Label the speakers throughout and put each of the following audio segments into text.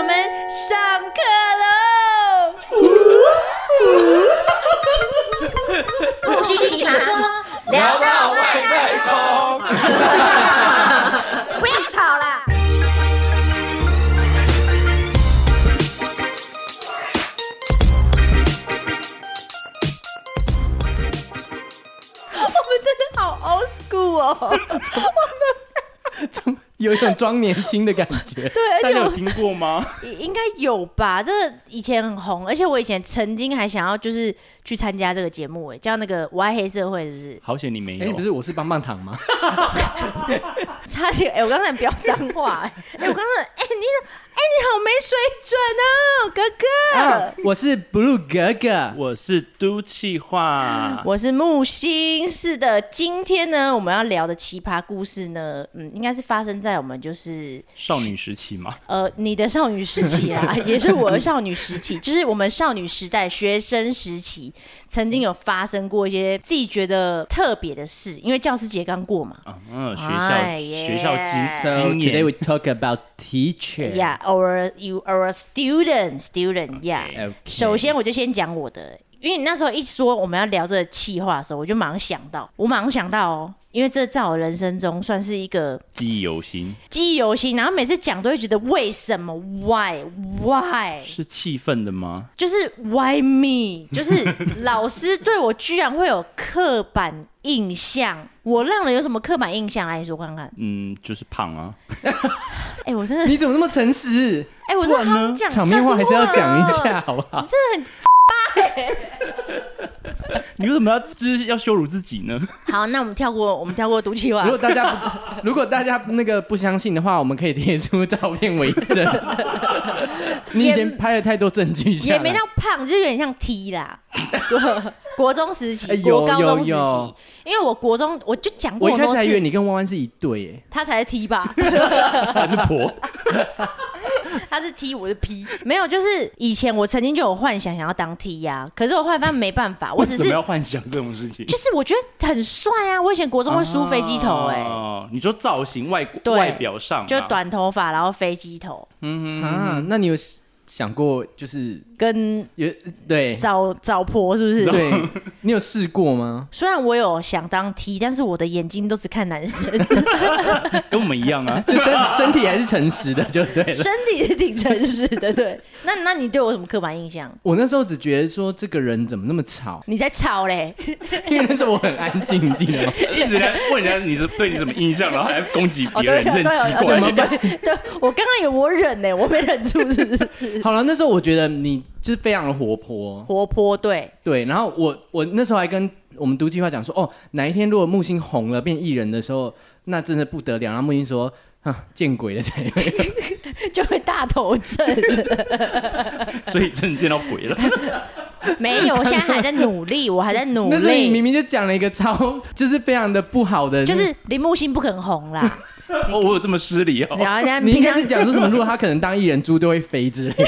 Speaker 1: 上课喽！哦
Speaker 2: 不是警察
Speaker 3: 聊到外太 空。
Speaker 1: 不要吵啦！我们真的好 old school 哦！。
Speaker 4: 有一种装年轻的感
Speaker 1: 对，
Speaker 4: 觉
Speaker 1: 而
Speaker 5: 大
Speaker 1: 且
Speaker 5: 家有
Speaker 1: 我
Speaker 5: 听过吗？
Speaker 1: 应该有吧，这个以前很红，而且我以前曾经还想要就是去参加这个节目，哎，叫那个《我爱黑社会》，是不是？
Speaker 5: 好险你没
Speaker 4: 哎、你
Speaker 5: 有
Speaker 4: 不。是我是棒棒糖吗？
Speaker 1: 差点，哎、我刚才不要脏话、哎哎、我刚才，哎、你，哎、你好没水准哦，哥哥。
Speaker 4: 啊， 我是 Blue 哥哥。
Speaker 5: 我是都气化，
Speaker 1: 我是木星，是的，今天呢，我们要聊的奇葩故事呢，嗯，应该是发生在我们就是
Speaker 5: 少女时期嘛。
Speaker 1: 呃你的少女时期啊， 也是我的少女时期，就是我们少女时代、学生时期，曾经有发生过一些自己觉得特别的事，因为教师节刚过嘛，
Speaker 5: 啊嗯，学
Speaker 1: 哎
Speaker 5: 校
Speaker 1: 耶
Speaker 5: 学校经
Speaker 4: So
Speaker 5: 经
Speaker 4: today we
Speaker 5: 验。
Speaker 4: talk about teacher.
Speaker 1: Yeah, or you or a student, student, yeah.
Speaker 4: Okay.
Speaker 1: 首先我就先讲我的，因为你那时候一说我们要聊这个气话的时候，我就马上想到，我马上想到哦，因为这在我人生中算是一个
Speaker 5: 记忆犹新，
Speaker 1: 记忆犹新，然后每次讲都会觉得为什么 why why
Speaker 5: 是气愤的吗？
Speaker 1: 就是 why me，就是 老师对我居然会有刻板印象，我让人有什么刻板印象来你说看看？
Speaker 5: 嗯，就是胖啊。
Speaker 1: 哎、我真的，
Speaker 4: 你怎么那么诚实？
Speaker 1: 哎、我真的好想啊讲
Speaker 4: 场面话还是要讲一下，好不好？
Speaker 5: 你为什么要就是要羞辱自己 呢？
Speaker 1: 好，那我们跳过，我们跳过毒气话
Speaker 4: 如。果大家不如果大家那个不相信的话，我们可以贴出照片 为证。你以前拍了太多证据下来
Speaker 1: 也 没到胖，就是有点像 T 啦。国中时期
Speaker 4: 哎、有
Speaker 1: 国高中时期
Speaker 4: 有有，
Speaker 1: 因为我国中我就讲
Speaker 4: 我
Speaker 1: 过
Speaker 4: 一
Speaker 1: 很
Speaker 4: 开始
Speaker 1: 多
Speaker 4: 还以为
Speaker 1: 次，
Speaker 4: 你跟弯弯是一对耶，
Speaker 1: 他才是 T 吧，
Speaker 5: 还是婆？
Speaker 1: 他是 T，我是 P。没有，就是以前我曾经就有幻想想要当 T 呀、可是我后来发现没办法，我只
Speaker 5: 为什
Speaker 1: 是
Speaker 5: 么要幻想这种事情？
Speaker 1: 就是我觉得很帅啊，我以前国中会梳飞机头哎、
Speaker 5: 哦，你说造型外
Speaker 1: 对
Speaker 5: 外表上啊
Speaker 1: 就短头发然后飞机头，
Speaker 4: 啊，那你有想过就是
Speaker 1: 跟
Speaker 4: 有对
Speaker 1: 早早婆是不是？
Speaker 4: 对，你有试过吗？。
Speaker 1: 虽然我有想当 T，但是我的眼睛都只看男生，
Speaker 5: 跟我们一 样啊
Speaker 4: 就身 身体还是诚实的，就 对了。
Speaker 1: 身体是挺诚实的。对，那那你对我有什么刻板印象？
Speaker 4: 我那时候只觉得说这个人怎么那么吵，
Speaker 1: 你在吵嘞？
Speaker 4: 因为那时候我很安静，你记 得吗？
Speaker 5: 一直在问人家你是对你什么印象，然后还攻击
Speaker 1: 哦，
Speaker 5: 别
Speaker 1: 对
Speaker 5: 人，
Speaker 1: 对
Speaker 5: 真
Speaker 1: 对
Speaker 5: 奇
Speaker 1: 哦，
Speaker 5: 怪。
Speaker 1: 对对对，我刚刚有我忍呢，我没忍住，是不 是？
Speaker 4: 好了，那时候我觉得你就是非常的活泼，
Speaker 1: 活泼，对，
Speaker 4: 对。然后我我那时候还跟我们读计划讲说，哦，哪一天如果木星红了变艺人的时候，那真的不得了。然后木星说，哼，见鬼 了才会。
Speaker 1: 就会大头 症。
Speaker 5: 所以真的见到鬼 了。
Speaker 1: 没有，我现在还在努力，我还在努
Speaker 4: 那时候你明
Speaker 1: 力，
Speaker 4: 明就讲了一个超，就是非常的不好的，
Speaker 1: 就是林木星不肯红啦。
Speaker 5: 哦，我有这么失礼哦。
Speaker 1: 然后人家
Speaker 4: 你应
Speaker 1: 哎平
Speaker 4: 该
Speaker 1: 常
Speaker 4: 是讲说什么，如果他可能当艺人，猪都会飞之类 的。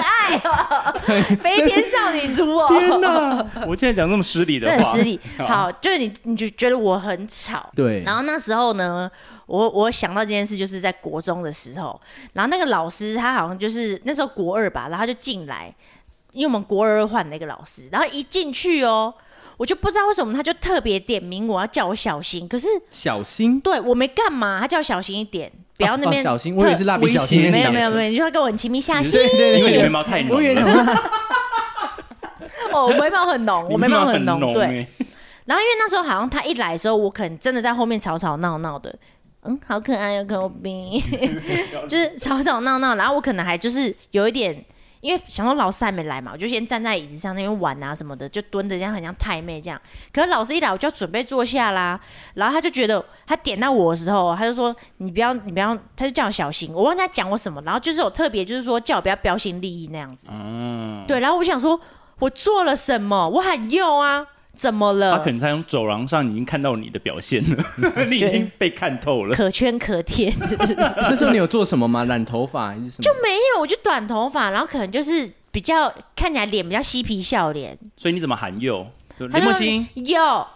Speaker 1: 飞天少女猪
Speaker 5: 天
Speaker 1: 哦，
Speaker 5: 哪！我现在讲这么失礼的
Speaker 1: 这
Speaker 5: 话，
Speaker 1: 很失礼。
Speaker 5: 好
Speaker 1: 好，就是你你就觉得我很吵，
Speaker 4: 对，
Speaker 1: 然后那时候呢，我我想到这件事，就是在国中的时候，然后那个老师他好像就是那时候国二吧，然后他就进来，因为我们国二换了一个老师，然后一进去哦，我就不知道为什么他就特别点名我要叫我小心，可是
Speaker 4: 小心，
Speaker 1: 对我没干嘛，他叫我小心一点，不要那边、
Speaker 4: 哦小心，我以为是蜡笔小
Speaker 5: 威
Speaker 4: 新，
Speaker 5: 胁
Speaker 1: 没有没有
Speaker 5: 小心
Speaker 1: 没有，你就要跟我很亲密，小
Speaker 4: 对，
Speaker 1: 心
Speaker 4: 对对
Speaker 5: 因为
Speaker 4: 对，
Speaker 5: 你眉毛太浓了
Speaker 4: 我以为想说
Speaker 1: 哦，我眉毛很浓，我眉毛很浓，对。
Speaker 5: 欸，
Speaker 1: 然后因为那时候好像他一来的时候，我可能真的在后面吵吵闹闹的，嗯，好可爱有口鼻，就是吵吵闹闹。然后我可能还就是有一点，因为想说老师还没来嘛，我就嗯先站在椅子上那边玩啊什么的，就蹲着这样，很像太妹这样。可是老师一来，我就要准备坐下啦。然后他就觉得他点到我的时候，他就说你不要你不要，他就叫我小心。我忘记他讲我什么，然后就是有特别就是说叫我不要标新立异那样子。
Speaker 5: 嗯，
Speaker 1: 对，然后我想说我做了什么？我喊又啊，怎么了？
Speaker 5: 他可能在从走廊上已经看到你的表现 了，你已经被看透了。
Speaker 1: 可圈可点，
Speaker 4: 那时候你有做什么吗？染头发还是什么？就
Speaker 1: 没有，我就短头发，然后可能就是比较看起来脸比较嬉皮笑脸，
Speaker 5: 所以你怎么喊又？就
Speaker 1: 他
Speaker 5: 林
Speaker 1: 就
Speaker 5: 木星，
Speaker 1: 有
Speaker 5: 哦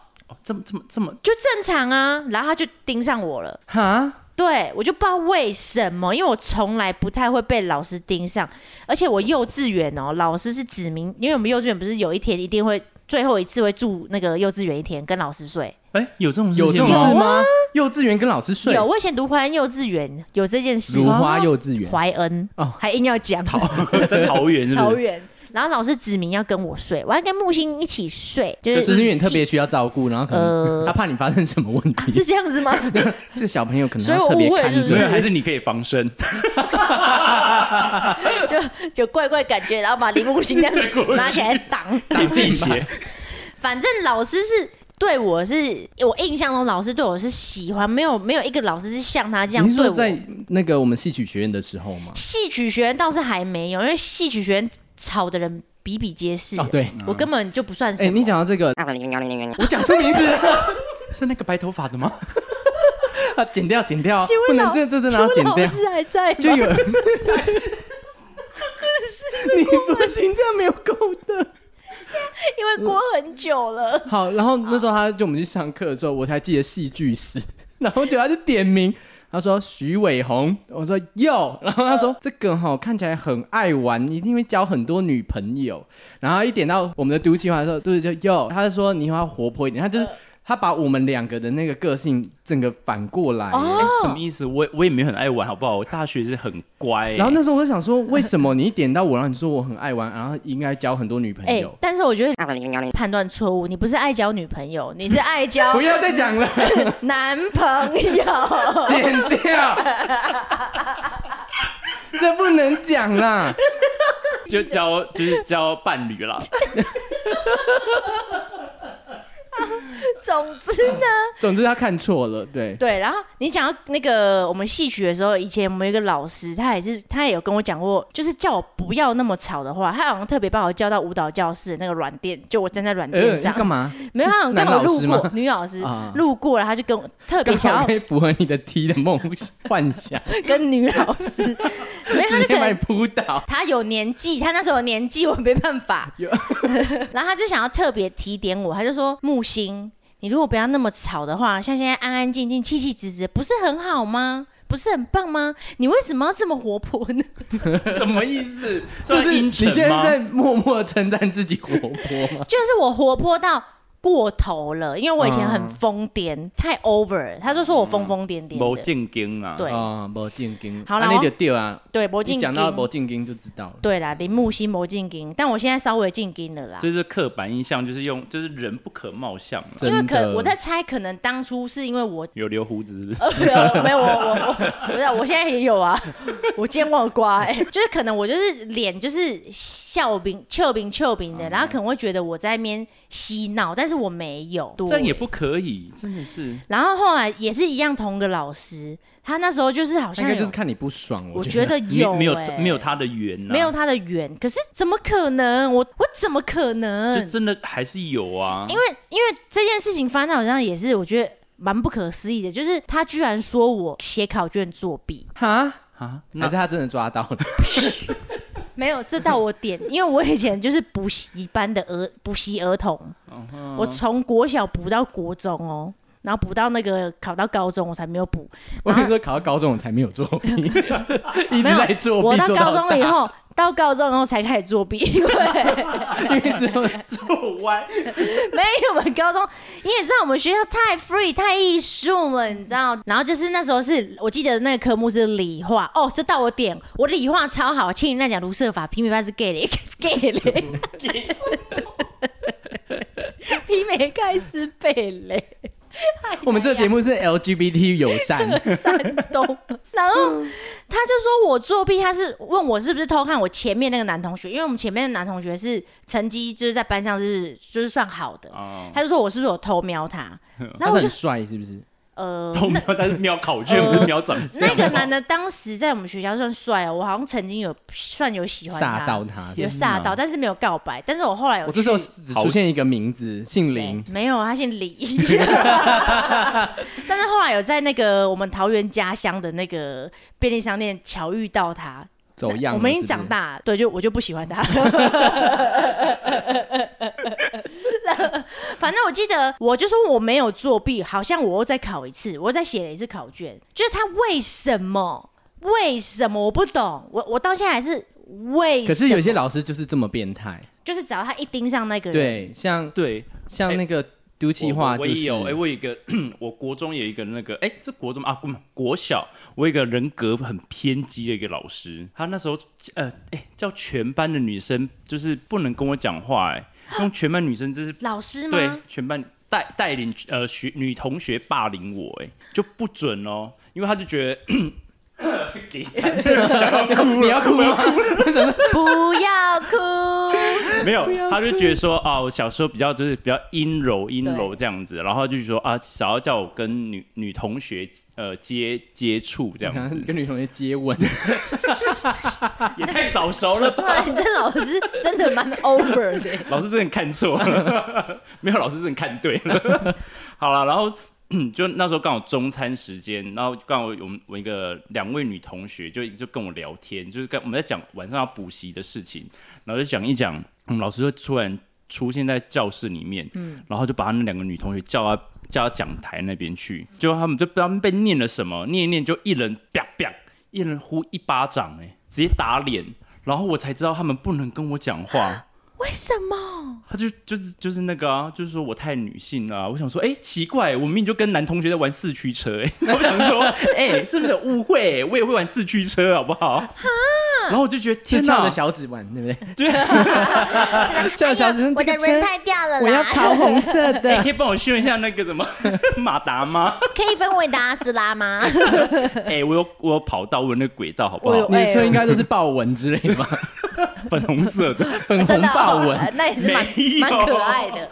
Speaker 5: 这么这么这么，
Speaker 1: 就正常啊，然后他就盯上我了，
Speaker 4: 哈，
Speaker 1: 对，我就不知道为什么，因为我从来不太会被老师盯上，而且我幼稚园哦，老师是指明，因为我们幼稚园不是有一天一定会最后一次会住那个幼稚园一天，跟老师睡。
Speaker 5: 哎，有这种事
Speaker 4: 有这
Speaker 5: 情
Speaker 4: 种
Speaker 5: 吗
Speaker 4: 事吗？幼稚园跟老师睡，
Speaker 1: 啊有，我以前读淮安幼稚园有这件事。
Speaker 4: 如花幼稚园，
Speaker 1: 怀恩
Speaker 4: 哦
Speaker 1: 还硬要讲
Speaker 5: 在桃园是不
Speaker 1: 桃
Speaker 5: 是？
Speaker 1: 园，然后老师指明要跟我睡，我要跟木星一起睡，就
Speaker 4: 就是是因为你特别需要照顾，然后可能
Speaker 1: 呃
Speaker 4: 他怕你发生什么问 题，
Speaker 1: 是这样 子吗？
Speaker 4: 这个小朋友可能
Speaker 1: 所以
Speaker 4: 要
Speaker 1: 我
Speaker 4: 特别
Speaker 1: 误会
Speaker 4: 看
Speaker 1: 是不
Speaker 4: 着
Speaker 5: 所以
Speaker 1: 是
Speaker 5: 还是你可以 防身，
Speaker 1: 就就怪怪感觉，然后把林木星这
Speaker 5: 对过
Speaker 1: 样拿
Speaker 5: 去
Speaker 1: 起来 挡。
Speaker 5: 你辟邪。
Speaker 1: 反正老师是对我是，我印象中老师对我是喜欢，没有没有一个老师是像他这样
Speaker 4: 你是
Speaker 1: 对
Speaker 4: 说
Speaker 1: 我。
Speaker 4: 在那个我们戏曲学院的时候吗？
Speaker 1: 戏曲学院倒是还没有，因为戏曲学院吵的人比比皆是。
Speaker 4: 哦，对，
Speaker 1: 我根本就不算什
Speaker 4: 哎，
Speaker 1: 么。
Speaker 4: 你讲到这个，我讲出名字，
Speaker 5: 是那个白头发的吗？
Speaker 4: 啊，剪掉，剪掉，
Speaker 1: 请
Speaker 4: 不
Speaker 1: 问
Speaker 4: 能
Speaker 1: 老
Speaker 4: 这这真的
Speaker 1: 邱
Speaker 4: 要剪
Speaker 1: 老
Speaker 4: 掉，
Speaker 1: 师还在吗？
Speaker 4: 就有。 你不行，这样没有够的。
Speaker 1: 因
Speaker 4: 嗯
Speaker 1: 为过很久了。
Speaker 4: 好，然后那时候他就我们去上课的时候，我才记得戏剧史， 然后就他就点名，他说徐伟宏，我说哟，然后他说这个哈看起来很爱玩，一定会交很多女朋友。然后一点到我们的读计划的时候，对就哟，他就说你以后要活泼一点，他就是。他把我们两个的那个个性整个反过来，
Speaker 1: 哦
Speaker 5: 哎什么意思？我我也没有很爱玩，好不好？我大学是很乖。
Speaker 4: 然后那时候我就想说，为什么你一点到我，然后你说我很爱玩，然后应该交很多女朋
Speaker 1: 哎、
Speaker 4: 友？
Speaker 1: 但是我觉得判断错误，你不是爱交女朋友，你是爱交
Speaker 4: 不要再讲了，
Speaker 1: 男朋 友。
Speaker 4: 剪掉，这不能讲啦。
Speaker 5: 就交就是交伴侣 啦。
Speaker 1: 总之呢，
Speaker 4: 总之他看错了， 对，
Speaker 1: 对，然后你讲到那个我们戏曲的时候，以前我们有一个老师，他也是他也有跟我讲过，就是叫我不要那么吵的话，他好像特别把我叫到舞蹈教室那个软垫，就我站在软
Speaker 4: 呃，
Speaker 1: 垫
Speaker 4: 你
Speaker 1: 上。
Speaker 4: 干嘛？
Speaker 1: 没有，他好像刚好
Speaker 4: 男老
Speaker 1: 路
Speaker 4: 师吗
Speaker 1: 过，女老师
Speaker 4: 啊
Speaker 1: 路过了，他就跟我特别
Speaker 4: 刚
Speaker 1: 想
Speaker 4: 好可
Speaker 1: 要
Speaker 4: 以符合你的 T 的梦幻想，
Speaker 1: 跟女老师， 没有，他
Speaker 4: 直
Speaker 1: 就可
Speaker 4: 接把
Speaker 1: 能
Speaker 4: 你扑倒。
Speaker 1: 他有年纪，他那时候有年纪，我没办法。 然后他就想要特别提点我，他就说：“木星，你如果不要那么吵的话，像现在安安静静、气气直直，不是很好吗？不是很棒吗？你为什么要这么活泼呢？？
Speaker 5: 什么意思？
Speaker 4: 就是
Speaker 5: 阴
Speaker 4: 你
Speaker 5: 沉
Speaker 4: 现在
Speaker 5: 吗
Speaker 4: 在默默称赞自己活泼吗
Speaker 1: 就是我活泼到过头了，因为我以前很疯癫，太 over 了。他就说我疯疯癫
Speaker 4: 嗯
Speaker 1: 癫
Speaker 5: 没
Speaker 1: 的，
Speaker 5: 正经啊。
Speaker 1: 对
Speaker 4: 啊，没进经，
Speaker 1: 好啦
Speaker 4: 啊
Speaker 1: 我
Speaker 4: 那就对啊。
Speaker 1: 对，魔
Speaker 4: 你
Speaker 1: 镜
Speaker 4: 讲到没
Speaker 1: 金，
Speaker 4: 进经就知道了。
Speaker 1: 对啦，林木星魔镜金，但我现在稍微进金了啦。”
Speaker 5: 就是刻板印象，就是用就是人不可貌相嘛。
Speaker 1: 因为
Speaker 4: 真的
Speaker 1: 可我在猜，可能当初是因为我
Speaker 5: 有留胡子是不是？
Speaker 1: 呃， 没有我我我，不是，我现在也有啊，我今天忘了刮、哎， 就是可能我就是脸就是笑柄、俏柄、俏柄
Speaker 5: 哦
Speaker 1: 的，然后可能会觉得我在那边嬉闹，但是我没有，对
Speaker 5: 这样也不可以，真的是。
Speaker 1: 然后后来也是一样，同个老师，他那时候就是好
Speaker 4: 那应
Speaker 1: 像
Speaker 4: 该
Speaker 1: 有，
Speaker 4: 就是看你不爽，
Speaker 1: 我
Speaker 4: 觉
Speaker 1: 觉得
Speaker 5: 没
Speaker 1: 有、
Speaker 5: 没有
Speaker 1: 哎
Speaker 5: 没有啊他的缘呐，
Speaker 1: 没有，他的缘，可是怎么可能？我我怎么可
Speaker 5: 就
Speaker 1: 能？
Speaker 5: 真的还是有啊。
Speaker 1: 因为因为这件事情发生好像也是我觉得蛮不可思议的，就是他居然说我写考卷作弊。
Speaker 4: 哈，
Speaker 5: 啊，
Speaker 4: 还
Speaker 5: 那
Speaker 4: 是他真的抓到了。
Speaker 1: 没有，是到我点，因为我以前就是补习班的儿补习儿童，
Speaker 4: 嗯
Speaker 1: 我从国小补到国中哦，然后补到那个考到高中，我才没有补。
Speaker 4: 我跟你
Speaker 1: 啊
Speaker 4: 说，考到高中我才没有作弊， 一直在作弊。
Speaker 1: 我到
Speaker 4: 做
Speaker 1: 高中
Speaker 4: 大
Speaker 1: 以，后，到高中以后才开始作弊，因为
Speaker 4: 因为之后
Speaker 5: 做歪，
Speaker 1: 没有我们高中，你也知道我们学校太 free 太艺术了，你知道？然后就是那时候是我记得那个科目是理化，哦，这到我点，我理化超好，清理那讲卢瑟法，媲美班是 gay 嘞 gay 嘞，媲美盖斯贝雷。
Speaker 4: 我们这个节目是 LGBT 友 善，
Speaker 1: 山 东，然后
Speaker 4: 嗯
Speaker 1: 他就说我作弊，他是问我是不是偷看我前面那个男同学，因为我们前面的男同学是成绩就是在班上是就是算好的，
Speaker 5: 哦
Speaker 1: 他就说我是不是有偷瞄 他，然
Speaker 4: 他
Speaker 1: 后
Speaker 4: 是
Speaker 1: 我就
Speaker 4: 很帅，是不是？
Speaker 1: 呃。
Speaker 5: 偷瞄，但是瞄考卷不是瞄长相。啊
Speaker 1: 那个男的当时在我们学校算帅哦，我好像曾经有算有喜欢
Speaker 4: 吓
Speaker 1: 他
Speaker 4: 到，他。
Speaker 1: 有吓到，但是没有告白。但是我后来有
Speaker 4: 我这时候
Speaker 1: 去
Speaker 4: 只出现一个名字，姓林，
Speaker 1: 谁没有，他姓李。 但是后来有在那个我们桃园家乡的那个便利商店巧遇到他，
Speaker 4: 走样了。
Speaker 1: 我们已经
Speaker 4: 是不是
Speaker 1: 长，大了，对，就我就不喜欢他。然 反正我记得，我就说我没有作弊，好像我又再考一次，我又再写了一次考卷，就是他为什么？为什么我不懂？我我到现在还是为什么？
Speaker 4: 可是有些老师就是这么变态，
Speaker 1: 就是只要他一盯上那个人，
Speaker 4: 对，像
Speaker 5: 对，
Speaker 4: 像那个丢
Speaker 5: 哎我
Speaker 4: 计划
Speaker 5: 我
Speaker 4: 就
Speaker 5: 也有，哎、
Speaker 4: 是，
Speaker 5: 我有一个， 我国中有一个那个，哎、这国中啊，不国小，我有一个人格很偏激的一个老师，他那时候呃，哎、叫全班的女生就是不能跟我讲话、 哎，用全班女生就是
Speaker 1: 老师
Speaker 5: 对
Speaker 1: 吗？
Speaker 5: 全班带带领呃学女同学霸凌我、哎，就不准哦，因为他就觉得。给他
Speaker 4: 你要哭吗？
Speaker 1: 不要哭，
Speaker 5: 没有，他就觉得说啊，我小时候比较就是比较阴柔阴柔这样子，然后就说啊，少要叫我跟女女同学呃接接触这
Speaker 4: 可
Speaker 5: 样子
Speaker 4: 能，跟女同学 接吻，
Speaker 5: 也太早熟了吧。
Speaker 1: 哇，你这老师真的 蛮 over 的。
Speaker 5: 老师真的看错了， 没有老师真的看对了。 好了，然后 就那时候刚好中餐时间，然后刚好我们我一个两位女同学就就跟我聊天，就是跟我们在讲晚上要补习的事情，然后就讲一讲，我们老师就突然出现在教室里面，然后就把那两个女同学叫到叫到讲台那边去，就他们就不知道被念了什么，念一念就一人啪啪，一人呼一巴掌、欸，哎，直接打脸，然后我才知道他们不能跟我讲话。
Speaker 1: 为什么？
Speaker 5: 他就就是就是那个啊，就是说我太女性了啊、我想说，哎、奇怪，我明明就跟男同学在玩四驱车、哎， 我想说，哎、是不是有误会、我也会玩四驱车，好不好？然后我就觉得，
Speaker 4: 是
Speaker 5: 天
Speaker 4: 翘
Speaker 5: 哪
Speaker 4: 着，小指玩，对不对？
Speaker 5: 对，
Speaker 4: 翘着小指，
Speaker 2: 我
Speaker 4: 这
Speaker 2: 的
Speaker 4: 个
Speaker 2: 人
Speaker 4: 圈
Speaker 2: 太掉了
Speaker 4: 我要
Speaker 2: 啦！
Speaker 4: 烤红色
Speaker 5: 哎、
Speaker 4: 的
Speaker 5: 可。以帮我秀一下那个什 么马达吗？
Speaker 1: 可以分为达斯拉吗？
Speaker 5: 哎、我有我有跑到我有那个轨道，好不
Speaker 1: 我有
Speaker 5: 好？
Speaker 4: 你的车应该都是豹纹之类 吧，
Speaker 5: 粉红色的，
Speaker 4: 粉红
Speaker 1: 真的哦
Speaker 4: 豹纹。
Speaker 1: 那也是蛮
Speaker 5: 没有
Speaker 1: 蛮可爱 的。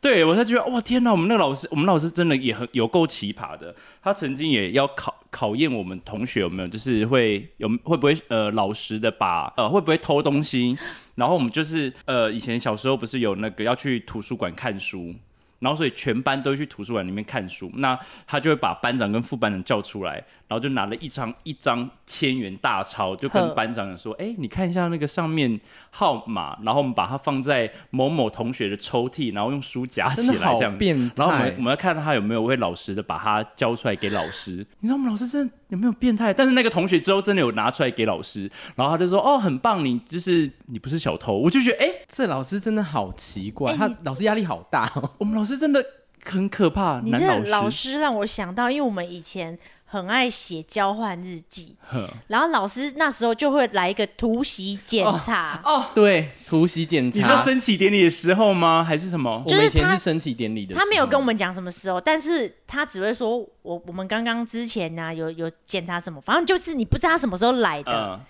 Speaker 5: 对我才觉得哇天哪，我们那个老师，我们老师真的也很有够奇葩的。他曾经也要考考验我们同学有没有，就是会有会不会呃老实的把呃会不会偷东西。然后我们就是呃以前小时候不是有那个要去图书馆看书，然后所以全班都去图书馆里面看书，那他就会把班长跟副班长叫出来，然后就拿了一张一张千元大钞，就
Speaker 1: 呵
Speaker 5: 跟班长讲说：“哎、你看一下那个上面号码，然后我们把它放在某某同学的抽屉，然后用书 夹
Speaker 4: 真
Speaker 5: 起
Speaker 4: 的
Speaker 5: 来，
Speaker 4: 好
Speaker 5: 这样
Speaker 4: 变态
Speaker 5: 然后我们我们要看他有没有会老实的把它交出来给老师。你知道我们老师真的有没有变态？但是那个同学之后真的有拿出来给老师，然后他就说：哦，很棒，你就是你不是小偷。我就觉得哎、
Speaker 4: 这老师真的好奇怪，
Speaker 1: 哎
Speaker 4: 他
Speaker 1: 你
Speaker 4: 老师压力好大 哦。
Speaker 5: 我们老师真的很可怕，
Speaker 1: 你
Speaker 5: 男
Speaker 1: 这
Speaker 5: 老
Speaker 1: 个
Speaker 5: 师。
Speaker 1: 老师让我想到，因为我们以前很爱写交换日记
Speaker 5: 呵，
Speaker 1: 然后老师那时候就会来一个突袭检查，
Speaker 4: 对，突袭检查。
Speaker 5: 你说升旗典礼的时候吗？还是什么？
Speaker 4: 我们以
Speaker 1: 就是
Speaker 4: 前
Speaker 1: 他
Speaker 4: 是升旗典礼的时候，
Speaker 1: 他没有跟我们讲什么时候，但是他只会说我我们刚刚之前呢、有有检查什么，反正就是你不知道他什么时候来的。
Speaker 5: 嗯，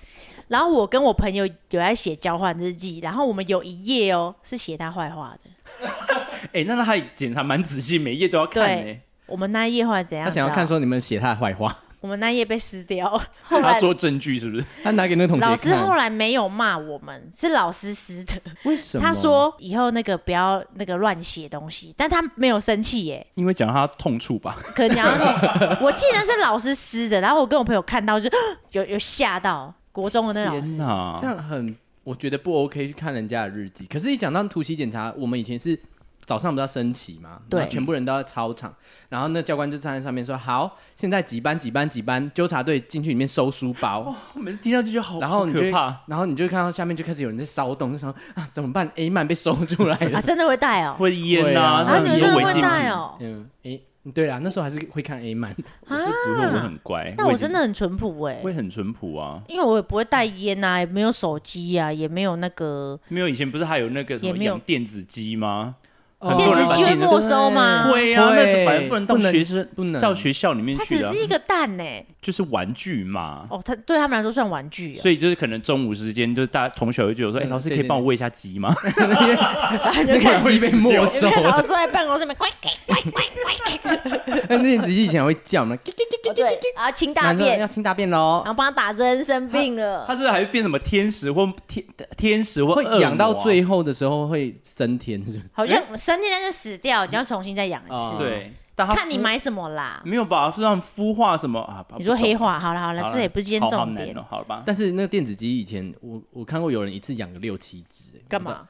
Speaker 1: 然后我跟我朋友有在写交换日记，然后我们有一页哦是写他坏话的。
Speaker 5: 哎、那那他检查蛮仔细，每一页都要看呢、
Speaker 1: 对我们那一页后来怎样？
Speaker 4: 他想要看
Speaker 1: 你知道吗
Speaker 4: 说你们写他的坏话，
Speaker 1: 我们那一页被撕掉，后
Speaker 5: 他
Speaker 1: 来
Speaker 5: 做证据是不是？
Speaker 4: 他拿给那个同学看。
Speaker 1: 老师后来没有骂我们，是老师撕的。
Speaker 4: 为什么？
Speaker 1: 他说以后那个不要那个乱写东西，但他没有生气耶，
Speaker 5: 因为讲他痛处吧。
Speaker 1: 可能讲 到我记得是老师撕的，然后我跟我朋友看到就 有有吓到国中的那老
Speaker 5: 天
Speaker 1: 师，
Speaker 4: 这
Speaker 5: 哪！
Speaker 4: 样很，我觉得不 OK 去看人家的日记。可是，一讲到突袭检查，我们以前是早上不是要升旗嘛，
Speaker 1: 对
Speaker 4: 然后全部人都在操场，然后那教官就站在上面说：“好，现在几班几班几班，纠察队进去里面收书包。
Speaker 1: 哦
Speaker 5: 我每次听到就觉得好，
Speaker 4: 然后
Speaker 5: 好
Speaker 4: 你就
Speaker 5: 可怕，，
Speaker 4: 然后你就看到下面就开始有人在骚动，就想啊怎么办？A 曼被搜出来
Speaker 1: 啊，
Speaker 4: 了。
Speaker 1: 真的会带哦，
Speaker 5: 会
Speaker 4: 会
Speaker 5: 淹
Speaker 4: 啊
Speaker 5: 呐，
Speaker 1: 啊，
Speaker 5: 那
Speaker 1: 你们
Speaker 5: 很
Speaker 1: 真
Speaker 5: 多
Speaker 1: 的
Speaker 5: 违
Speaker 1: 会
Speaker 5: 禁
Speaker 1: 带
Speaker 5: 品。
Speaker 1: 哦，
Speaker 4: 嗯，诶，对啦，那时候还是会看 A 曼，
Speaker 5: 我是不会，我很乖。
Speaker 1: 但我
Speaker 5: 已经
Speaker 1: 真的很淳朴哎
Speaker 5: 我。也很淳朴啊，
Speaker 1: 因为我也不会带烟啊，也没有手机啊，也没有那个
Speaker 5: 没有以前不是还有那个什
Speaker 1: 也
Speaker 5: 么
Speaker 1: 没有
Speaker 5: 养电子鸡吗？
Speaker 4: 很
Speaker 1: 哦电
Speaker 4: 多
Speaker 1: 子
Speaker 4: 人把
Speaker 1: 机会
Speaker 5: 电子
Speaker 1: 没收吗？
Speaker 5: 会啊，那
Speaker 4: 会
Speaker 5: 反正不能到
Speaker 4: 不能
Speaker 5: 学生，
Speaker 4: 不能
Speaker 5: 到学校里面
Speaker 1: 它
Speaker 5: 去
Speaker 1: 只
Speaker 5: 的啊，
Speaker 1: 是一个蛋呢、
Speaker 5: 就是玩具嘛。
Speaker 1: 哦，它对他们来说算玩具、啊，
Speaker 5: 所以就是可能中午时间，就是大家同学会就有说，哎，
Speaker 4: 对
Speaker 5: 老师可
Speaker 4: 对
Speaker 5: 以
Speaker 4: 对
Speaker 5: 帮我喂一下鸡吗？
Speaker 1: 然啊 后你就
Speaker 4: 那
Speaker 1: 看
Speaker 4: 个机被没 收
Speaker 1: 你看
Speaker 4: 了
Speaker 5: 啊
Speaker 1: 老。师坐在办公室里面，乖乖乖乖乖，
Speaker 4: 那电子机以前还会叫嘛，叽叽
Speaker 1: 哦对，然后清大
Speaker 4: 然后说
Speaker 1: 便，哦
Speaker 4: 要
Speaker 1: 然
Speaker 4: 听大便喽。
Speaker 1: 后帮他打针，生病了。
Speaker 5: 他是不是还会变什么天使或天天使或
Speaker 4: 会
Speaker 5: 恶
Speaker 4: 养到
Speaker 5: 魔啊
Speaker 4: 最后的时候会升天，是不是？
Speaker 1: 好像三天但是死掉，你要重新再养一次。
Speaker 4: 哦
Speaker 5: 对，但他
Speaker 1: 看你
Speaker 5: 孵
Speaker 1: 买什么啦。
Speaker 5: 没有吧？是让孵化什么啊？
Speaker 1: 你说黑化，好了好
Speaker 5: 不懂
Speaker 1: 了
Speaker 5: 好，啦
Speaker 1: 这也不是今天
Speaker 5: 好好
Speaker 1: 重
Speaker 5: 难
Speaker 1: 点
Speaker 5: 哦，，好了吧？
Speaker 4: 但是那个电子鸡以前我我看过有人一次养个六七只，欸
Speaker 1: 干？
Speaker 4: 我
Speaker 1: 嘛？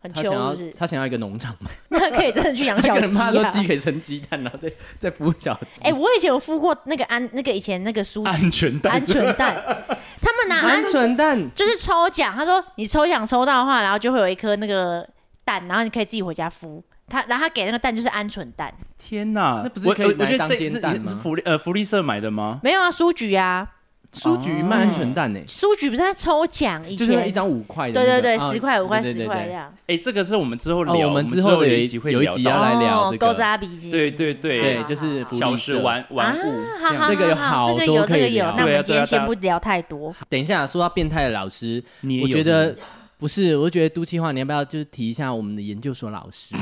Speaker 1: 很
Speaker 4: 不
Speaker 1: 秋
Speaker 4: 知道
Speaker 1: 是不
Speaker 4: 他想要
Speaker 1: 是？
Speaker 4: 他想要一个农场嘛？
Speaker 1: 那可以真的去养小
Speaker 4: 可能
Speaker 1: 鸡
Speaker 4: 怕说
Speaker 1: 啊。
Speaker 4: 鸡可以生鸡蛋，然后再再孵小鸡。
Speaker 1: 哎、我以前有敷过那个安那个以前那个书
Speaker 5: 安全带
Speaker 1: 鹌鹑蛋， 他们拿
Speaker 4: 鹌鹑蛋，
Speaker 1: 就是抽奖，他说你抽奖抽到的话，然后就会有一颗那个蛋，然后你可以自己回家孵。他然后他给那个蛋就是鹌鹑蛋，
Speaker 5: 天哪，
Speaker 4: 那不是
Speaker 5: 我
Speaker 4: 可以
Speaker 5: 我
Speaker 4: 拿
Speaker 5: 我
Speaker 4: 来
Speaker 5: 觉
Speaker 4: 当
Speaker 5: 得这
Speaker 4: 煎
Speaker 5: 是
Speaker 4: 蛋吗
Speaker 5: 是福利呃福利社买的吗？
Speaker 1: 没有啊，书局啊，
Speaker 4: 书局卖
Speaker 5: 哦
Speaker 4: 鹌鹑蛋呢，欸
Speaker 1: 书局不是在抽奖以
Speaker 4: 就
Speaker 1: 前，
Speaker 4: 是那一张五块的
Speaker 1: 对
Speaker 4: 那
Speaker 1: 嗯对
Speaker 4: 个，
Speaker 1: 对，
Speaker 4: 啊
Speaker 1: 十块五块
Speaker 4: 对对
Speaker 1: 十
Speaker 4: 对
Speaker 1: 块
Speaker 4: 对
Speaker 1: 这样。
Speaker 5: 哎，这个是我们之后
Speaker 4: 哦
Speaker 5: 聊，
Speaker 4: 我们之
Speaker 5: 之
Speaker 4: 后
Speaker 5: 有
Speaker 4: 的有一
Speaker 5: 集会
Speaker 4: 有一
Speaker 5: 聊
Speaker 4: 集要
Speaker 5: 到，
Speaker 4: 来聊
Speaker 1: 哦
Speaker 4: 这个
Speaker 1: 勾扎笔记，
Speaker 5: 对对对
Speaker 4: 对，就是福利
Speaker 5: 小时
Speaker 4: 社
Speaker 5: 玩玩物，
Speaker 1: 啊，好好好，
Speaker 4: 这个有好
Speaker 1: 好，
Speaker 4: 多
Speaker 1: 这个有
Speaker 4: 可
Speaker 1: 这
Speaker 4: 以
Speaker 1: 个有
Speaker 4: 聊，
Speaker 1: 那我
Speaker 5: 对啊
Speaker 1: 们今
Speaker 5: 对啊
Speaker 1: 天先
Speaker 5: 对啊
Speaker 1: 不聊太多。
Speaker 4: 等一下，说到变态的老师，
Speaker 5: 你也
Speaker 4: 我
Speaker 5: 有
Speaker 4: 觉得不是，我觉得都气话，你要不要就是提一下我们的研究所老师？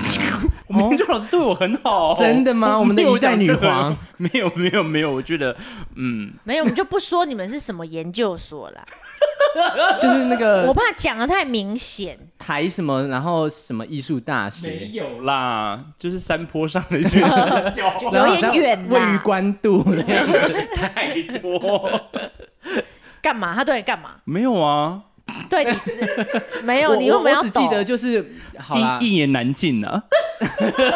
Speaker 5: 我们研究老师对我很好，
Speaker 4: 真的吗我们的
Speaker 5: 没有
Speaker 4: 一代
Speaker 5: 讲
Speaker 4: 女
Speaker 5: 这个
Speaker 4: 皇
Speaker 5: 没有没有没有，我觉得嗯，
Speaker 1: 没有，我们就不说你们是什么研究所 啦，
Speaker 4: 就是那
Speaker 1: 我
Speaker 4: 个
Speaker 1: 怕讲的太明显。
Speaker 4: 台什么，然后什么艺术大学，
Speaker 5: 有啦，就是山坡上 的一些事
Speaker 1: 有点远啦
Speaker 4: 位于关渡那样子。
Speaker 5: 太 多，
Speaker 1: 干嘛？他对你干嘛？
Speaker 5: 没有啊，
Speaker 1: 对你 没有？
Speaker 4: 我
Speaker 1: 你为什么
Speaker 4: 我
Speaker 1: 要
Speaker 4: 我只记
Speaker 1: 懂
Speaker 4: 得就是好啦
Speaker 5: 一，一言难尽啊，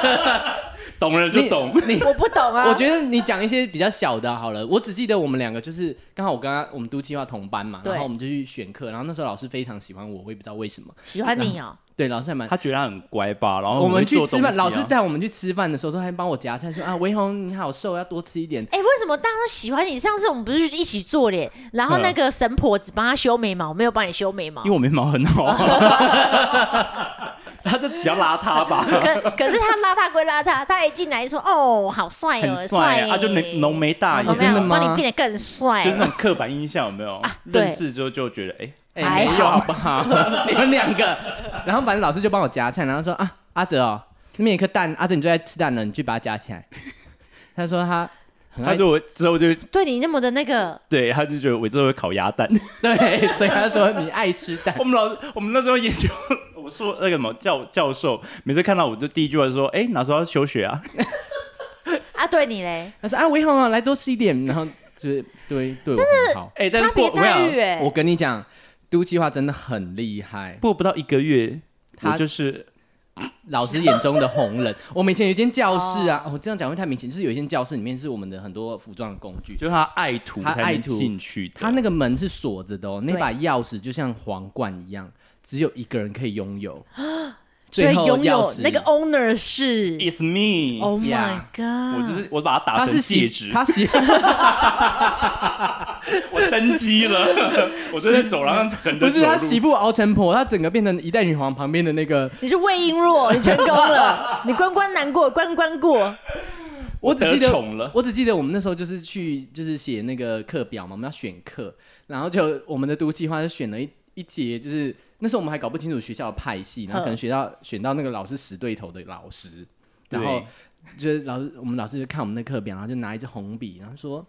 Speaker 5: 懂了就懂，
Speaker 4: 你。
Speaker 1: 我不懂啊。
Speaker 4: 我觉得你讲一些比较小的好了，我只记得我们两个就是刚好我跟他我们都计划同班嘛，
Speaker 1: 对
Speaker 4: 然后我们就去选课，然后那时候老师非常喜欢我，我也不知道为什么，
Speaker 1: 喜欢你哦、
Speaker 4: 对老师还蛮
Speaker 5: 他觉得他很乖吧，然后
Speaker 4: 我
Speaker 5: 们
Speaker 4: 们
Speaker 5: 会
Speaker 4: 去
Speaker 5: 做
Speaker 4: 吃
Speaker 5: 东
Speaker 4: 饭，
Speaker 5: 西啊
Speaker 4: 老师带我们去吃饭的时候，都还帮我夹菜说啊，维宏你好瘦，要多吃一点。
Speaker 1: 哎、为什么大家都喜欢你？上次我们不是一起做脸，然
Speaker 4: 嗯
Speaker 1: 后那个神婆只帮他修眉毛，没有帮你修眉毛
Speaker 5: 因为。我眉毛 很好 啊，他就比较邋遢吧，
Speaker 1: 可可是他邋遢归邋 遢，他一进来就说：“哦，好帅哦，
Speaker 5: 很帅
Speaker 1: 耶
Speaker 5: 啊，他就浓浓眉大
Speaker 1: 有
Speaker 5: 眼，
Speaker 1: 没有
Speaker 4: 真的吗
Speaker 1: 帮你变得更帅
Speaker 5: 就是那
Speaker 1: 了
Speaker 5: 种刻板印象，有没有？
Speaker 1: 啊对
Speaker 5: 认识之后就觉得，哎，
Speaker 4: 哎，没
Speaker 1: 还
Speaker 4: 有
Speaker 1: 好
Speaker 4: 好不好？ 你们两个，然后反正老师就帮我夹菜，然后说啊，阿哲哦，那边有一颗蛋，阿哲你最爱吃蛋了，你去把它夹起来。他说他很
Speaker 5: 他
Speaker 4: 爱，
Speaker 5: 就我之后就
Speaker 1: 对你那么的那个，
Speaker 5: 对，他就觉得我之后会烤鸭 蛋。
Speaker 4: 对，所以他说你爱吃蛋
Speaker 5: 我。们老我们那时候研究，我说那个什么教教授，每次看到我就第一句话就说，哎，哪时候要休学啊？
Speaker 1: 啊，对你嘞，
Speaker 4: 他说啊，维宏啊，来多吃一点，然后就是对对我很好。
Speaker 5: 哎，但是
Speaker 1: 差
Speaker 5: 过
Speaker 1: 别
Speaker 5: 我跟你
Speaker 1: 待
Speaker 5: 讲
Speaker 1: 遇哎、
Speaker 4: 我跟你讲，都计划真的很厉害。
Speaker 5: 过不到一个月，
Speaker 4: 他
Speaker 5: 我就是
Speaker 4: 老师眼中的红人。我们以前有一间教室啊，我、哦、这样讲会太明显，就是有一间教室里面是我们的很多服装的工具，就
Speaker 5: 就是他爱徒
Speaker 4: 他
Speaker 5: 才
Speaker 4: 爱
Speaker 5: 能
Speaker 4: 徒
Speaker 5: 进去的，
Speaker 4: 它那个门是锁着的哦，那
Speaker 1: 啊对
Speaker 4: 把钥匙就像皇冠一样，只有一个人可以 拥有。
Speaker 1: 所以
Speaker 4: 最后
Speaker 1: 拥
Speaker 4: 钥
Speaker 1: 有
Speaker 4: 匙
Speaker 1: 那个
Speaker 5: 哦
Speaker 1: owner 是
Speaker 5: is me，
Speaker 1: Oh my
Speaker 4: Yeah
Speaker 1: god！
Speaker 5: 我就是我把它打
Speaker 4: 哦他
Speaker 5: 成
Speaker 4: 是
Speaker 5: 戒
Speaker 4: 喜
Speaker 5: 指，
Speaker 4: 他 喜
Speaker 5: 我登基 了，我就在走廊上横
Speaker 4: 不
Speaker 5: 着
Speaker 4: 是
Speaker 5: 走
Speaker 4: 他媳
Speaker 5: 路。
Speaker 4: 妇熬成婆，他整个变成一代女皇旁边的那个。
Speaker 1: 你是魏璎珞，你成功 了，你关关难过关关过。
Speaker 4: 我只记
Speaker 5: 得
Speaker 4: 得
Speaker 5: 宠了
Speaker 4: 我只记得我们那时候就是去就是写那个课表嘛，我们要选课，然后就我们的读计划就选了一一节，就是那时候我们还搞不清楚学校的派系，然后可能学校选到那个老师死对头的老师，然后就是老师我们老师就看我们的课表，然后就拿一支红笔，然后说。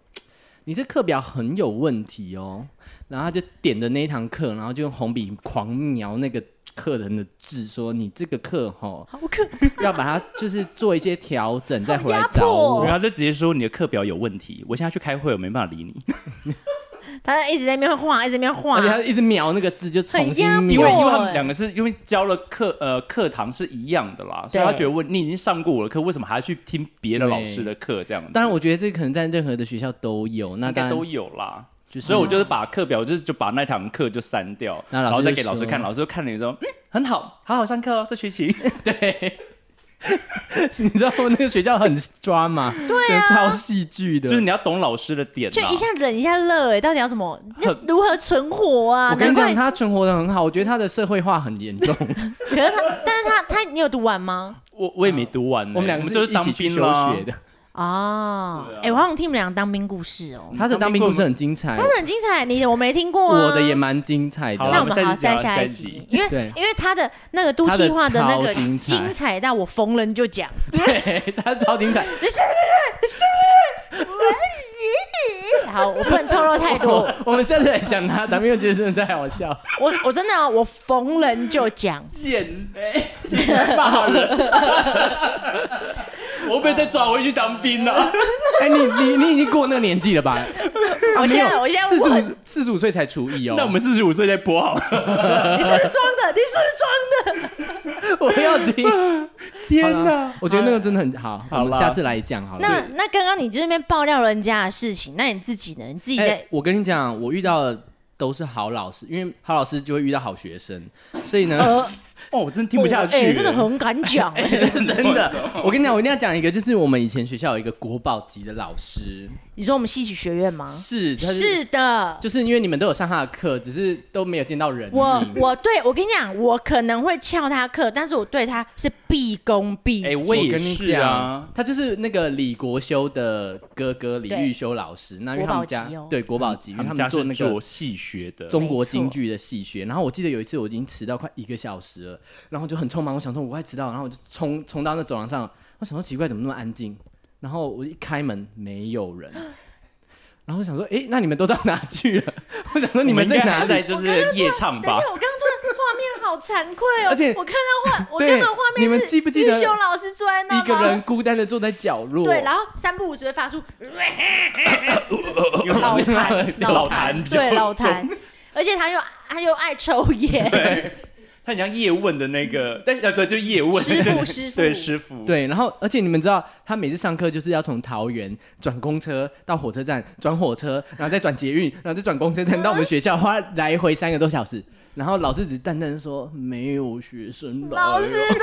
Speaker 4: 你这课表很有问题哦，然后他就点的那一堂课，然后就用红笔狂描那个课人的字，说你这个课吼，
Speaker 1: 好可
Speaker 4: 要把它就是做一些调整，再回来
Speaker 1: 好压迫
Speaker 4: 找
Speaker 1: 哦
Speaker 4: 我。
Speaker 5: 然后就直接说你的课表有问题，我现在去开会，我没办法理你，
Speaker 1: 他一直在那边画，一直在那边画
Speaker 4: 而且。他一直瞄那个字，就重新
Speaker 1: 很压
Speaker 5: 因
Speaker 4: 瞄
Speaker 5: 为
Speaker 1: 迫。
Speaker 5: 因为他们两个是因为教了课呃课堂是一样的啦，所以
Speaker 1: 对
Speaker 5: 他觉得问你已经上过我的课，为什么还要去听别的老师的课这样子？
Speaker 4: 当然，我觉得这可能在任何的学校都有，那当
Speaker 5: 应该
Speaker 4: 然
Speaker 5: 都有啦。
Speaker 4: 就是
Speaker 5: 所以我就是把课表，就是就把那堂课就删掉，
Speaker 4: 那老师
Speaker 5: 然后再给
Speaker 4: 就
Speaker 5: 老师
Speaker 4: 说
Speaker 5: 看，老师就看了之后，嗯，很好，好好上课哦，这学期。
Speaker 4: 对。 你知道我那个学校很抓嘛？对啊，超戏剧的。
Speaker 5: 就是你要懂老师的点啦，啊
Speaker 1: 就一下冷一下热，哎，到底要怎么？要
Speaker 5: 很
Speaker 1: 如何存活啊？
Speaker 4: 我跟你讲，
Speaker 1: 难怪
Speaker 4: 他存活的很好，我觉得他的社会化很严重。
Speaker 1: 可是他，但是他他，你有读完吗？
Speaker 5: 我哦我也没读完呢、
Speaker 4: 我们两个
Speaker 5: 就是是当
Speaker 4: 一起去
Speaker 5: 兵
Speaker 4: 休
Speaker 5: 啦
Speaker 4: 学。的，
Speaker 1: 哦
Speaker 5: 对啊，
Speaker 1: 哎，我好想听你们俩当兵故事哦，
Speaker 4: 他的当兵故事很精彩
Speaker 1: 他，的很精彩，你的我没听过啊。
Speaker 4: 嗯我的也蛮啊精彩
Speaker 5: 好
Speaker 1: 那
Speaker 4: 的
Speaker 1: 我。们好，
Speaker 5: 下
Speaker 1: 再
Speaker 5: 一
Speaker 1: 下
Speaker 5: 集下
Speaker 1: 一
Speaker 5: 一
Speaker 1: 集
Speaker 5: 集，
Speaker 1: 因为
Speaker 4: 对
Speaker 1: 因为他的那个都计划的那
Speaker 4: 他的
Speaker 1: 个
Speaker 4: 超精彩
Speaker 1: 精彩到我逢人就讲，
Speaker 4: 对，他超精彩。
Speaker 1: 你是不是？是不是？我好，我不能透露太多，
Speaker 4: 我我们下次来讲他当兵，我觉得真的太好笑。
Speaker 1: 我我真的哦、我逢人就讲，
Speaker 5: 贱哎、你骂人！ 我被再抓回去当兵了、
Speaker 4: 哎，你你你已经过那个年纪了吧？哦
Speaker 1: 我现在我现在
Speaker 4: 四
Speaker 1: 问，
Speaker 4: 十五四十五岁才厨艺哦。
Speaker 5: 那 我们四十五岁再播好了。
Speaker 1: 你是不是装的？你是不是装的？
Speaker 4: 我要听。好
Speaker 5: 天
Speaker 4: 啦
Speaker 5: 哪！
Speaker 4: 我觉得那个真的很好，
Speaker 5: 好啦
Speaker 4: 我们下次来讲好了。
Speaker 1: 那那刚刚你这边爆料人家的事情，那你自己呢？你自己在、
Speaker 4: 哎我跟你讲，我遇到的都是好老师，因为好老师就会遇到好学生，所以呢，
Speaker 1: 呃，
Speaker 5: 哦，我真的听不下去
Speaker 1: 哎
Speaker 5: 了，
Speaker 1: 真的很敢讲、哎
Speaker 4: 真的，我跟你讲，我一定要讲一个，就是我们以前学校有一个国宝级的老师，
Speaker 1: 你说我们戏曲学院吗？
Speaker 4: 是他
Speaker 1: 是的，
Speaker 4: 就是因为你们都有上他的课，只是都没有见到人。
Speaker 1: 我我对我跟你讲，我可能会翘他课，但是我对他是毕恭毕
Speaker 5: 哎
Speaker 1: 敬。
Speaker 5: 我也
Speaker 4: 跟你
Speaker 5: 是啊
Speaker 4: 讲，他就是那个李国修的哥哥李
Speaker 1: 对
Speaker 4: 玉修老师，那因为他们
Speaker 1: 国
Speaker 4: 家
Speaker 1: 宝级哦
Speaker 4: 对国宝级，因为
Speaker 5: 他
Speaker 4: 他
Speaker 5: 们家
Speaker 4: 们做
Speaker 5: 是
Speaker 4: 那
Speaker 5: 做
Speaker 4: 个
Speaker 5: 戏学的，
Speaker 4: 中国京剧的戏学。然后我记得有一次我已经迟到快一个小时了，然后我就很匆忙，我想说我快迟到了，然后我就冲冲到那走廊上，我想说奇怪怎么那么安静，然后我一开门没有人。然后我想说，哎，那你们都到哪去了？ 我想说你
Speaker 5: 你
Speaker 4: 们
Speaker 5: 们
Speaker 4: 在
Speaker 5: 在
Speaker 4: 哪
Speaker 5: 哪
Speaker 4: 里
Speaker 5: 在？就是夜唱
Speaker 1: 等一下，？
Speaker 5: 吧
Speaker 1: 我刚刚突然画面好惭愧哦，
Speaker 4: 而且
Speaker 1: 我看到画，我
Speaker 4: 对
Speaker 1: 看到画面
Speaker 4: 你
Speaker 1: 是
Speaker 4: 们记不记得
Speaker 1: 玉修老师坐在那
Speaker 4: 一
Speaker 1: 吗？
Speaker 4: 个人孤单的坐在角落。
Speaker 1: 对，然后三不五时会发出
Speaker 5: 因为
Speaker 1: 老
Speaker 5: 我
Speaker 1: 痰，
Speaker 5: 老
Speaker 1: 痰，
Speaker 5: 痰比较
Speaker 1: 对老
Speaker 5: 重
Speaker 1: 痰，而且他又他又爱抽烟，
Speaker 5: 对，他很像叶问的那个，但呃不就叶问
Speaker 1: 师傅
Speaker 5: 对
Speaker 1: 师傅
Speaker 5: 对师傅，
Speaker 4: 对，然后而且你们知道，他每次上课就是要从桃园转公车到火车站，转火车，然后再转捷运，然后再转公车，再到我们学校，花来回三个多小时。然后老师只淡淡地说：“没有学生来
Speaker 1: 老
Speaker 4: 了
Speaker 1: 师对不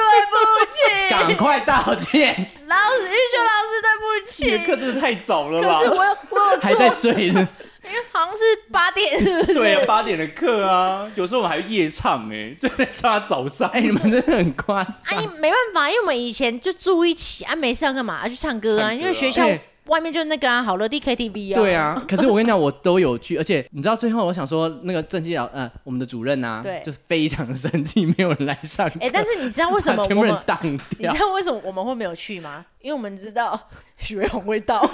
Speaker 4: 赶
Speaker 1: 起，
Speaker 4: 快道歉。
Speaker 1: 老师玉修老师对不
Speaker 5: 这个
Speaker 1: 起。
Speaker 5: 课真的太早了
Speaker 1: 可是
Speaker 5: 啦，
Speaker 1: 我有我有”
Speaker 4: 还
Speaker 1: 做
Speaker 4: 在，睡呢，
Speaker 1: 因为好像是八点，是不是？
Speaker 5: 对啊，八点的课啊，有时候我们还夜唱哎， 就在唱到早 上
Speaker 4: 哎、，你们真的很夸
Speaker 1: 啊，
Speaker 4: 张
Speaker 1: 你。没办法，因为我们以前就住一起，啊，没事要干嘛？啊，去唱歌
Speaker 5: 唱
Speaker 1: 啊，
Speaker 5: 歌啊
Speaker 1: 因为学校
Speaker 4: 对
Speaker 1: 外面就是那个啊，好乐蒂 KTV 啊。
Speaker 4: 对
Speaker 1: 啊，
Speaker 4: 啊，可是我跟你讲，我都有去，而且你知道最后我想说，那个政绩老呃，我们的主任啊，
Speaker 1: 对
Speaker 4: 就是非常的生气，没有人来上课。
Speaker 1: 哎，但是你知道为什 么
Speaker 4: 把全
Speaker 1: 我
Speaker 4: 部人
Speaker 1: 们？
Speaker 4: 挡
Speaker 1: 你
Speaker 4: 掉
Speaker 1: 知？道为什么我们会没有去吗？因为我们知道许维宏会到，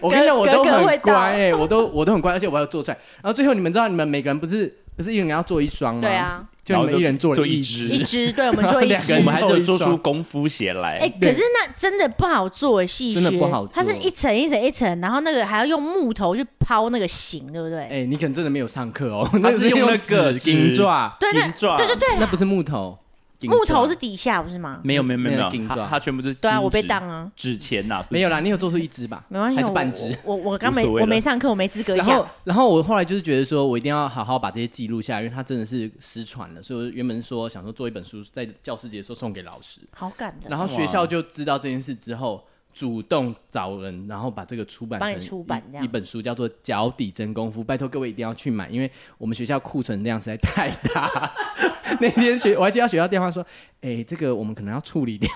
Speaker 4: 我跟你讲，我
Speaker 1: 哥
Speaker 4: 都
Speaker 1: 哥
Speaker 4: 很
Speaker 1: 会到
Speaker 4: 乖哎、我都我都很乖，而且我还有做出来。然后最后你们知道，你们每个人不是不是一人要做一双吗？
Speaker 1: 对，啊，
Speaker 4: 就你们一人做了
Speaker 5: 做
Speaker 4: 一
Speaker 5: 一
Speaker 4: 只。
Speaker 5: 只
Speaker 1: 一只，对，我们做一
Speaker 4: 两个
Speaker 1: 只
Speaker 5: 我
Speaker 4: 人。
Speaker 5: 们还得
Speaker 4: 做
Speaker 5: 做
Speaker 4: 一双
Speaker 5: 出功夫鞋来
Speaker 1: 哎、，可是那真的不好做，戏
Speaker 4: 真的
Speaker 1: 靴
Speaker 4: 不好做
Speaker 1: 它是一层一层一层，然后那个还要用木头去抛那个形，对不对？
Speaker 4: 哎、你可能真的没有上课哦，
Speaker 5: 它
Speaker 4: 那
Speaker 5: 是用那个
Speaker 4: 纸金
Speaker 5: 纸
Speaker 4: 爪，
Speaker 1: 对，那
Speaker 5: 金爪
Speaker 1: 对对对
Speaker 4: 那
Speaker 1: 啦，
Speaker 4: 不是木头，金
Speaker 1: 木头
Speaker 4: 爪
Speaker 1: 是底下不是吗？
Speaker 5: 没有没有没
Speaker 4: 没
Speaker 5: 有没
Speaker 4: 有
Speaker 5: 有
Speaker 4: 顶，
Speaker 5: 他
Speaker 4: 撞
Speaker 5: 他全部都是
Speaker 1: 对啊，
Speaker 5: 金
Speaker 1: 我被
Speaker 5: 纸
Speaker 1: 当啊，
Speaker 5: 纸钱呐，不是
Speaker 4: 没有啦，你有做出一只吧？
Speaker 1: 没关系，
Speaker 4: 还是
Speaker 1: 我
Speaker 4: 半只。
Speaker 1: 我我我刚没
Speaker 5: 无所谓
Speaker 1: 我
Speaker 5: 了
Speaker 1: 没上课，我没资格
Speaker 4: 然
Speaker 1: 讲
Speaker 4: 后。，然后我后来就是觉得说，我一定要好好把这些记录下来，因为它真的是失传了。所以我原本说想说做一本书，在教师节的时候送给老师。
Speaker 1: 好感的，
Speaker 4: 然后学校就知道这件事之后，主动找人，然后把这个出版
Speaker 1: 帮你
Speaker 4: 成
Speaker 1: 出版
Speaker 4: 一
Speaker 1: 这样
Speaker 4: 一本书，叫做《脚底真功夫》。拜托各位一定要去买，因为我们学校库存量实在太大。 那天学我还接到学校电话说，哎、这个我们可能要处理掉。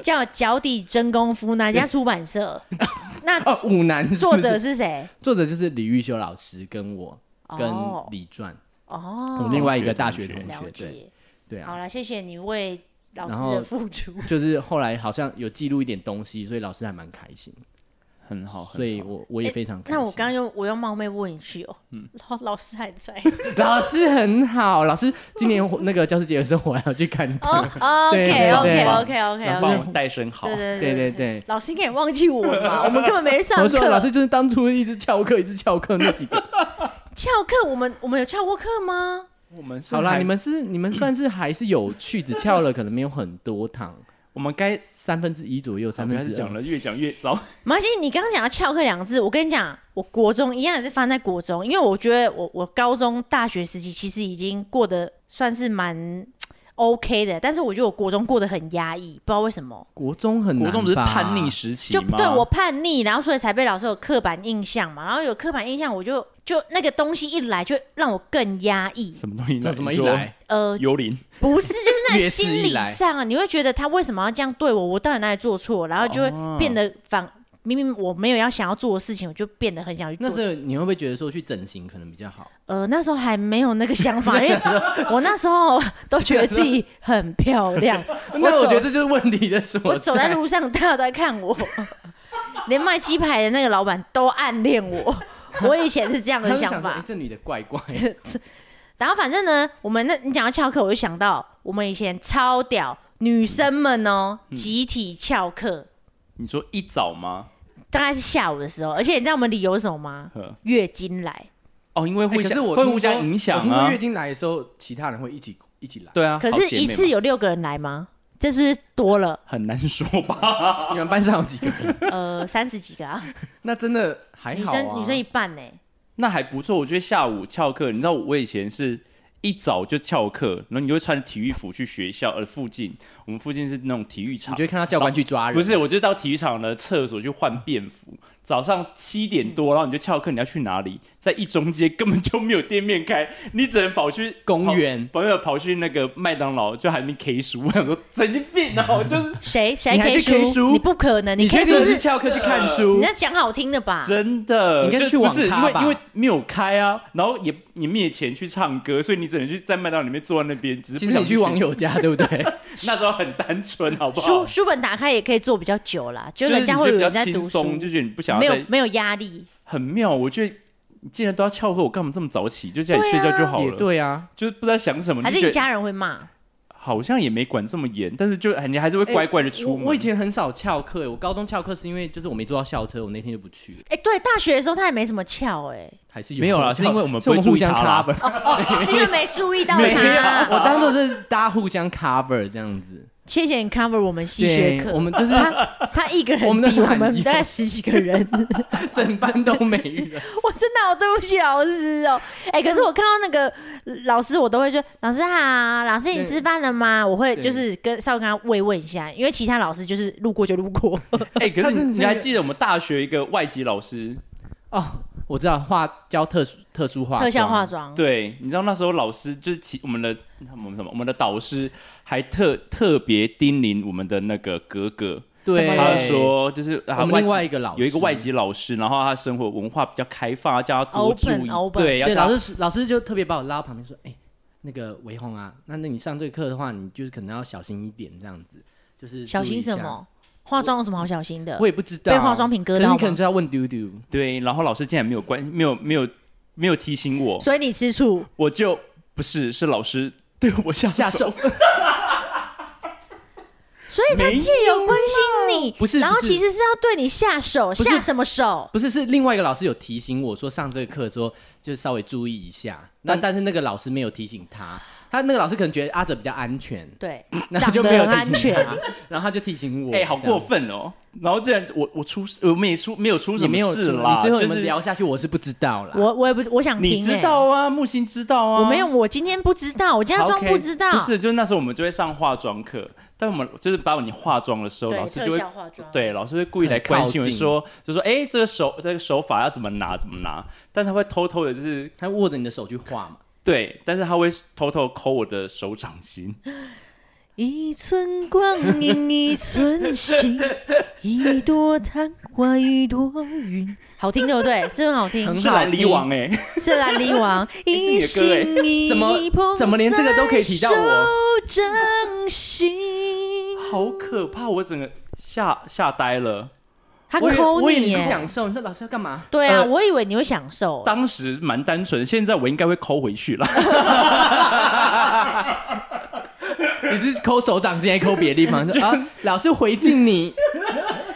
Speaker 1: 叫脚底真功夫哪家出版 社？那
Speaker 4: 哦，五男是不是
Speaker 1: 作者是 谁？
Speaker 4: 作者就是李玉修老师跟我跟
Speaker 1: 哦
Speaker 4: 李传，我
Speaker 1: 哦
Speaker 4: 们，另外一个大学同
Speaker 1: 了
Speaker 4: 学，对
Speaker 1: 解。
Speaker 4: 对
Speaker 1: 好
Speaker 4: 啊。
Speaker 1: 了，谢谢你为老师
Speaker 4: 然后
Speaker 1: 的付出。
Speaker 4: 就是后来好像有记录一点东西，所以老师还蛮开心，
Speaker 5: 很好，很
Speaker 4: 所以
Speaker 5: 好
Speaker 4: 我我也非常开心。
Speaker 1: 那我刚刚又我又冒昧问一句哦，老老师还在
Speaker 4: 老师很好，老师今年我那个教师节的时候我还要去 看
Speaker 1: 哦
Speaker 4: 他。对对
Speaker 1: ，OK
Speaker 4: 对
Speaker 1: OK OK OK
Speaker 5: 帮我
Speaker 1: OK，
Speaker 5: 带声好
Speaker 1: 哎对，对
Speaker 4: 对对对，
Speaker 1: 老师应该也忘记我了吧？我们根本没上
Speaker 4: 我
Speaker 1: 课
Speaker 4: 说。老师就是当初一直翘课，一直翘课那几 个。
Speaker 1: 翘课，我们我们有翘过课吗？
Speaker 5: 我们是
Speaker 4: 好啦，
Speaker 5: 还
Speaker 4: 你们是你们算是还是有趣，只翘了可能没有很多堂，
Speaker 5: 我们该
Speaker 4: 三分之一左右，
Speaker 5: 我
Speaker 4: 三
Speaker 5: 们
Speaker 4: 分
Speaker 5: 开始
Speaker 4: 之
Speaker 5: 讲
Speaker 4: 二。
Speaker 5: 了，越讲越糟。
Speaker 1: 没关系，你刚刚讲到翘课两个字，我跟你讲，我国中一样也是放在国中，因为我觉得我我高中、大学时期其实已经过得算是蛮 OK 的，但是我觉得我国中过得很压抑，不知道为什么，
Speaker 4: 国中很难
Speaker 5: 国
Speaker 4: 吧
Speaker 5: 中不是叛逆时期
Speaker 1: 就
Speaker 5: 吗？
Speaker 1: 对我叛逆，然后所以才被老师有刻板印象嘛，然后有刻板印象，我就就那个东西一来就让我更压抑，
Speaker 5: 什么东西
Speaker 4: 这
Speaker 5: 来？
Speaker 4: 怎么
Speaker 5: 你
Speaker 4: 一
Speaker 5: 说
Speaker 4: 来？
Speaker 1: 呃，
Speaker 5: 幽灵，
Speaker 1: 不是，就是那
Speaker 4: 越
Speaker 1: 个
Speaker 4: 是
Speaker 1: 心
Speaker 4: 一
Speaker 1: 理
Speaker 4: 来
Speaker 1: 上啊，你会觉得他为什么要这样对我？我到底哪里做错？然后就会变得反，明明我没有要想要做的事情，我就变得很想去
Speaker 4: 那
Speaker 1: 做。
Speaker 4: 是你会不会觉得说去整形可能比 较好？
Speaker 1: 呃，那时候还没有那个想法，因为我那时候都觉得自己很漂亮。
Speaker 4: 那我
Speaker 1: 走
Speaker 4: 觉得这就是问题的所在。
Speaker 1: 我走在路上，大家都在看我，连卖鸡排的那个老板都暗恋我。我以前是这样
Speaker 4: 他就
Speaker 1: 的
Speaker 4: 想
Speaker 1: 想
Speaker 4: 说，
Speaker 1: 法
Speaker 4: 哎，，这女的怪 怪。
Speaker 1: 然后反正呢，我们那你讲到翘课，我就想到我们以前超屌女生们哦，集体翘课，
Speaker 5: 你说一早吗？
Speaker 1: 大概是下午的时候，而且你知道我们理由是什么吗
Speaker 5: 呵？
Speaker 1: 月经来。
Speaker 5: 哦，因为
Speaker 4: 哎
Speaker 5: 会
Speaker 4: 可
Speaker 5: 相
Speaker 4: 是我
Speaker 5: 会
Speaker 4: 听
Speaker 5: 互相
Speaker 4: 说
Speaker 5: 影响
Speaker 4: 我听说
Speaker 5: 啊
Speaker 4: 月。经来的时候，其他人会一起一起来。
Speaker 5: 对啊，
Speaker 1: 可
Speaker 5: 好
Speaker 1: 是，
Speaker 5: 姐
Speaker 1: 一
Speaker 5: 妹
Speaker 1: 次
Speaker 5: 嘛
Speaker 1: 有六个人来吗？这是不是多了
Speaker 5: 很难说吧？
Speaker 4: 你们班上有几个人？
Speaker 1: 呃三十几个啊，
Speaker 4: 那真的还
Speaker 1: 女
Speaker 4: 好啊。
Speaker 1: 生女生一半呢、
Speaker 5: 那还不错，我觉得下午翘课，你知道我以前是一早就翘课，然后你就会穿体育服去学校，呃，附近我们附近是那种体育
Speaker 4: 你
Speaker 5: 场
Speaker 4: 就，会看到教官去抓人？
Speaker 5: 不是，我就到体育场的厕所去换便服。早上七点
Speaker 4: 嗯
Speaker 5: 多，然后你就翘课，你要去哪里？在一中街根本就没有店面开，你只能跑去
Speaker 4: 公园，
Speaker 5: 跑，朋友跑去那个麦当劳，就还没 K 书。我想说神经病啊！我就是
Speaker 1: 谁谁
Speaker 4: 你还
Speaker 1: K
Speaker 4: 去 K 书
Speaker 1: 你不可能，
Speaker 4: 你
Speaker 1: K
Speaker 4: 确
Speaker 1: 书
Speaker 4: 实
Speaker 1: 是
Speaker 4: 是呃翘课去看书
Speaker 1: 你，在讲好听的吧？
Speaker 5: 真的，
Speaker 4: 你应该
Speaker 5: 就
Speaker 4: 去
Speaker 5: 不
Speaker 4: 网
Speaker 5: 是因
Speaker 4: 咖
Speaker 5: 为
Speaker 4: 吧
Speaker 5: 因为没有开啊，然后也也没钱去唱歌，所以你只能去在麦当劳里面坐在那边。只是
Speaker 4: 其
Speaker 5: 不
Speaker 4: 实
Speaker 5: 想
Speaker 4: 你去网友家，对不 对？
Speaker 5: 那时候很单纯，好不好
Speaker 1: 书？书本打开也可以坐比较久啦，就
Speaker 5: 就是
Speaker 1: 人家
Speaker 5: 你
Speaker 1: 会
Speaker 5: 就
Speaker 1: 有
Speaker 5: 比较
Speaker 1: 人在
Speaker 5: 轻
Speaker 1: 读书
Speaker 5: 松，，就觉得你不想
Speaker 1: 没
Speaker 5: 要
Speaker 1: 有
Speaker 5: 再
Speaker 1: 没有压力。
Speaker 5: 很妙。我觉得你既然都要翘课，我干嘛这么早起？就在家里睡觉就好
Speaker 4: 也
Speaker 5: 了。
Speaker 4: 对啊，
Speaker 5: 就是不知道想什么，
Speaker 1: 还
Speaker 5: 你
Speaker 1: 是
Speaker 5: 就
Speaker 1: 你
Speaker 5: 觉得
Speaker 1: 家人会骂？
Speaker 5: 好像也没管这么严，但是就哎你还是会乖乖的出
Speaker 4: 我
Speaker 5: 门。
Speaker 4: 我以前很少翘课，我高中翘课是因为就是我没坐到校车，我那天就不去了，
Speaker 1: 哎、对，大学的时候他也没什么翘哎、
Speaker 4: 还是有
Speaker 5: 没有 啦
Speaker 4: 我知道
Speaker 5: 是因为我们
Speaker 4: 是我们
Speaker 5: 不会
Speaker 4: 互
Speaker 5: 注意
Speaker 4: 相
Speaker 5: 他啦
Speaker 4: cover，
Speaker 1: 哦，是因为没注意到
Speaker 4: 没有， 我
Speaker 1: 他。
Speaker 4: 当做是大家互相 cover 这样子。
Speaker 1: 谢谢你 cover 我们系学
Speaker 4: 对
Speaker 1: 课，
Speaker 4: 我们 就是
Speaker 1: 他他一个人比
Speaker 4: 我
Speaker 1: 我
Speaker 4: 们的懒
Speaker 1: 们
Speaker 4: 惰
Speaker 1: 大概十几个人，
Speaker 4: 整班都没人。
Speaker 1: 我真的好对不起老师哦。哎、可是我看到那个老师，我都会说老师好，老师你
Speaker 4: 对
Speaker 1: 吃饭了吗？我会
Speaker 4: 对
Speaker 1: 就是跟稍微跟他慰问一下，因为其他老师就是路过就路 过。
Speaker 5: 哎，可
Speaker 4: 他真
Speaker 5: 是
Speaker 4: 的
Speaker 5: 你
Speaker 4: 是
Speaker 5: 你还记得我们大学一个外籍老师？
Speaker 4: 哦，我知道化教特殊特殊化
Speaker 1: 特效化
Speaker 4: 妆，
Speaker 1: 妆，
Speaker 5: 对，你知道那时候老师就是其我们的我们什么，我们的导师还特特别叮咛我们的那个格格，
Speaker 4: 对，
Speaker 5: 他说就是啊
Speaker 4: 我们
Speaker 5: 外
Speaker 4: 另外
Speaker 5: 籍。
Speaker 4: 一个老师
Speaker 5: 有一个外，籍老师，然后他生活文化比较开放，要叫他多注
Speaker 1: Open，
Speaker 5: 意
Speaker 1: open
Speaker 5: 对，要
Speaker 4: 对
Speaker 5: 叫
Speaker 4: 老
Speaker 5: 他
Speaker 4: 师老师就特别把我拉到旁边说，哎、那个维宏啊，那那你上这个课的话，你就是可能要小心一点这样子，就是
Speaker 1: 小
Speaker 4: 注意
Speaker 1: 心
Speaker 4: 一下
Speaker 1: 什？么？化妆有什么好小心的
Speaker 4: 我？也不知道啊
Speaker 1: 被化妆品割到
Speaker 4: 可是
Speaker 1: 吗
Speaker 4: 你可能就要问嘟嘟，
Speaker 5: 对，然后老师竟然没有关，没有没有没有提醒我，
Speaker 1: 所以你吃醋，
Speaker 5: 我就不是是老师对我下
Speaker 4: 下手
Speaker 1: 所以他既有关心
Speaker 5: 啊
Speaker 1: 你，
Speaker 4: 不是
Speaker 1: 然后
Speaker 4: 不是
Speaker 1: 其实是要对你下手，
Speaker 4: 是
Speaker 1: 下什么手？
Speaker 4: 不是是另外一个老师有提醒我说上这个课的时候就稍微注意一下，那但是那个老师没有提醒他，他那个老师可能觉得阿啊哲比较安全，
Speaker 1: 对，
Speaker 4: 然 后
Speaker 1: 长
Speaker 4: 就没有
Speaker 1: 很
Speaker 4: 提
Speaker 1: 安
Speaker 4: 醒
Speaker 1: 全。
Speaker 4: 他，然后他就提醒我，
Speaker 5: 哎、好
Speaker 4: 这样
Speaker 5: 过分哦！然后竟然我我出事，我没出没有出
Speaker 4: 也
Speaker 5: 什
Speaker 4: 没
Speaker 5: 么
Speaker 4: 有
Speaker 5: 事
Speaker 4: 出
Speaker 5: 啦，
Speaker 4: 你最后
Speaker 5: 就
Speaker 4: 你们
Speaker 5: 是
Speaker 4: 聊下去，我是不知道啦。
Speaker 1: 我我也不是，我想听、欸。
Speaker 5: 你知道啊，木星知道啊，
Speaker 1: 我没有，我今天不知道，我今天
Speaker 5: OK，
Speaker 1: 装不知道。
Speaker 5: 不是，就是那时候我们就会上化妆课，但我们就是把你化妆的时候，
Speaker 1: 对，
Speaker 5: 老师就
Speaker 1: 特
Speaker 5: 会
Speaker 1: 效化妆。
Speaker 5: 对老师会故意来关心我们说，就说哎、这个手这个手法要怎么拿怎么拿，但他会偷偷的就是
Speaker 4: 他握着你的手去画嘛，
Speaker 5: 对，但是他会偷偷抠我的手掌心，
Speaker 1: 一寸光阴一寸心，一朵昙花一朵云。好听对不 对？是不是很好听，
Speaker 5: 是兰梨王哎、
Speaker 1: 是兰梨王，
Speaker 5: 你
Speaker 1: 一
Speaker 5: 的歌欸
Speaker 1: 心一
Speaker 4: 怎么
Speaker 1: 捧
Speaker 4: 怎么连这个都可以提到我
Speaker 1: 在手掌心，
Speaker 5: 好可怕，我整个吓吓呆了。
Speaker 1: 他
Speaker 4: 我以为
Speaker 1: 抠
Speaker 4: 我以为
Speaker 1: 你
Speaker 4: 你是
Speaker 1: 耶！
Speaker 4: 享受，你说老师要干嘛？
Speaker 1: 对啊，
Speaker 5: 呃
Speaker 1: 我以为你会享受。
Speaker 5: 当时蛮单纯，现在我应该会抠回去了。
Speaker 4: 你是抠手掌心还是抠别的地方？ 说啊，老师回敬你，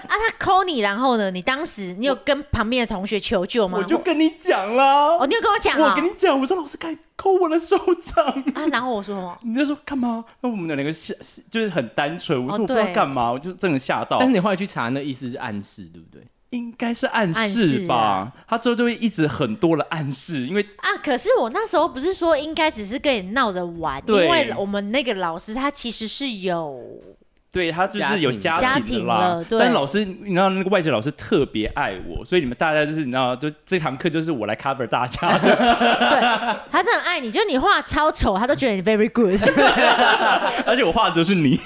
Speaker 1: 啊，他抠你，然后呢？你当时你有跟旁边的同学求救吗？
Speaker 5: 我就跟你讲啦，
Speaker 1: 哦，你有跟我讲
Speaker 5: 我
Speaker 1: 啊
Speaker 5: 跟你讲，我说老师该抠我的手掌。
Speaker 1: 啊，然后我说什么？
Speaker 5: 你就说干嘛？那我们的两个吓，就是很单纯。我
Speaker 1: 哦
Speaker 5: 说我不知道
Speaker 1: 对
Speaker 5: 干嘛，我就真的吓到
Speaker 4: 但。是你后来去查，那意思是暗示，对不 对？
Speaker 5: 应该是暗
Speaker 1: 暗
Speaker 5: 示
Speaker 1: 示
Speaker 5: 吧？
Speaker 1: 啊
Speaker 5: 他之后就会一直很多的暗示，因为
Speaker 1: 啊！可是我那时候不是说应该只是跟你闹着玩，因
Speaker 5: 对
Speaker 1: 为我们那个老师他其实是有
Speaker 5: 对他就是有
Speaker 1: 庭
Speaker 4: 家
Speaker 5: 庭的
Speaker 1: 家庭
Speaker 5: 啦
Speaker 1: 了。对
Speaker 5: 但老师，你知道那个外籍老师特别爱我，所以你们大家就是你知道，就这堂课就是我来 cover 大家的。
Speaker 1: 他真的很爱你，就是你画超丑，他都觉得你 very good，是 你
Speaker 5: 而且我画的都是你，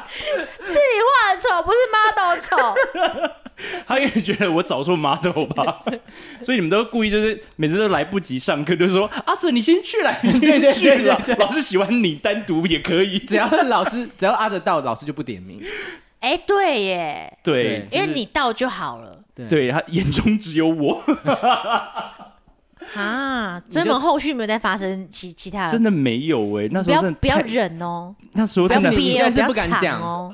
Speaker 1: 画的丑，不是 model 丑。
Speaker 5: 他也觉得我找错 model 吧，所以你们都故意就是每次都来不及上课，就说阿哲你先去啦，你先
Speaker 4: 对
Speaker 5: 去
Speaker 4: 对
Speaker 5: 啦。老师喜欢你单独也可以，
Speaker 4: 只要老师只要阿哲到，老师就不点名。
Speaker 1: 哎、对耶，
Speaker 5: 对，
Speaker 1: 因为你到就好了
Speaker 5: 对他眼中只有 我，
Speaker 1: 啊，所以我们后续没有再发生其其他的，
Speaker 5: 真的没有哎、那
Speaker 1: 啊不
Speaker 5: 时候
Speaker 1: 要
Speaker 5: 真的
Speaker 1: 不要
Speaker 5: 太
Speaker 1: 忍哦，
Speaker 5: 那时候
Speaker 1: 不要
Speaker 5: 真的
Speaker 4: 你
Speaker 1: 憋
Speaker 4: 现
Speaker 1: 哦，
Speaker 4: 在是
Speaker 1: 要
Speaker 4: 不敢
Speaker 1: 藏
Speaker 4: 讲
Speaker 1: 哦。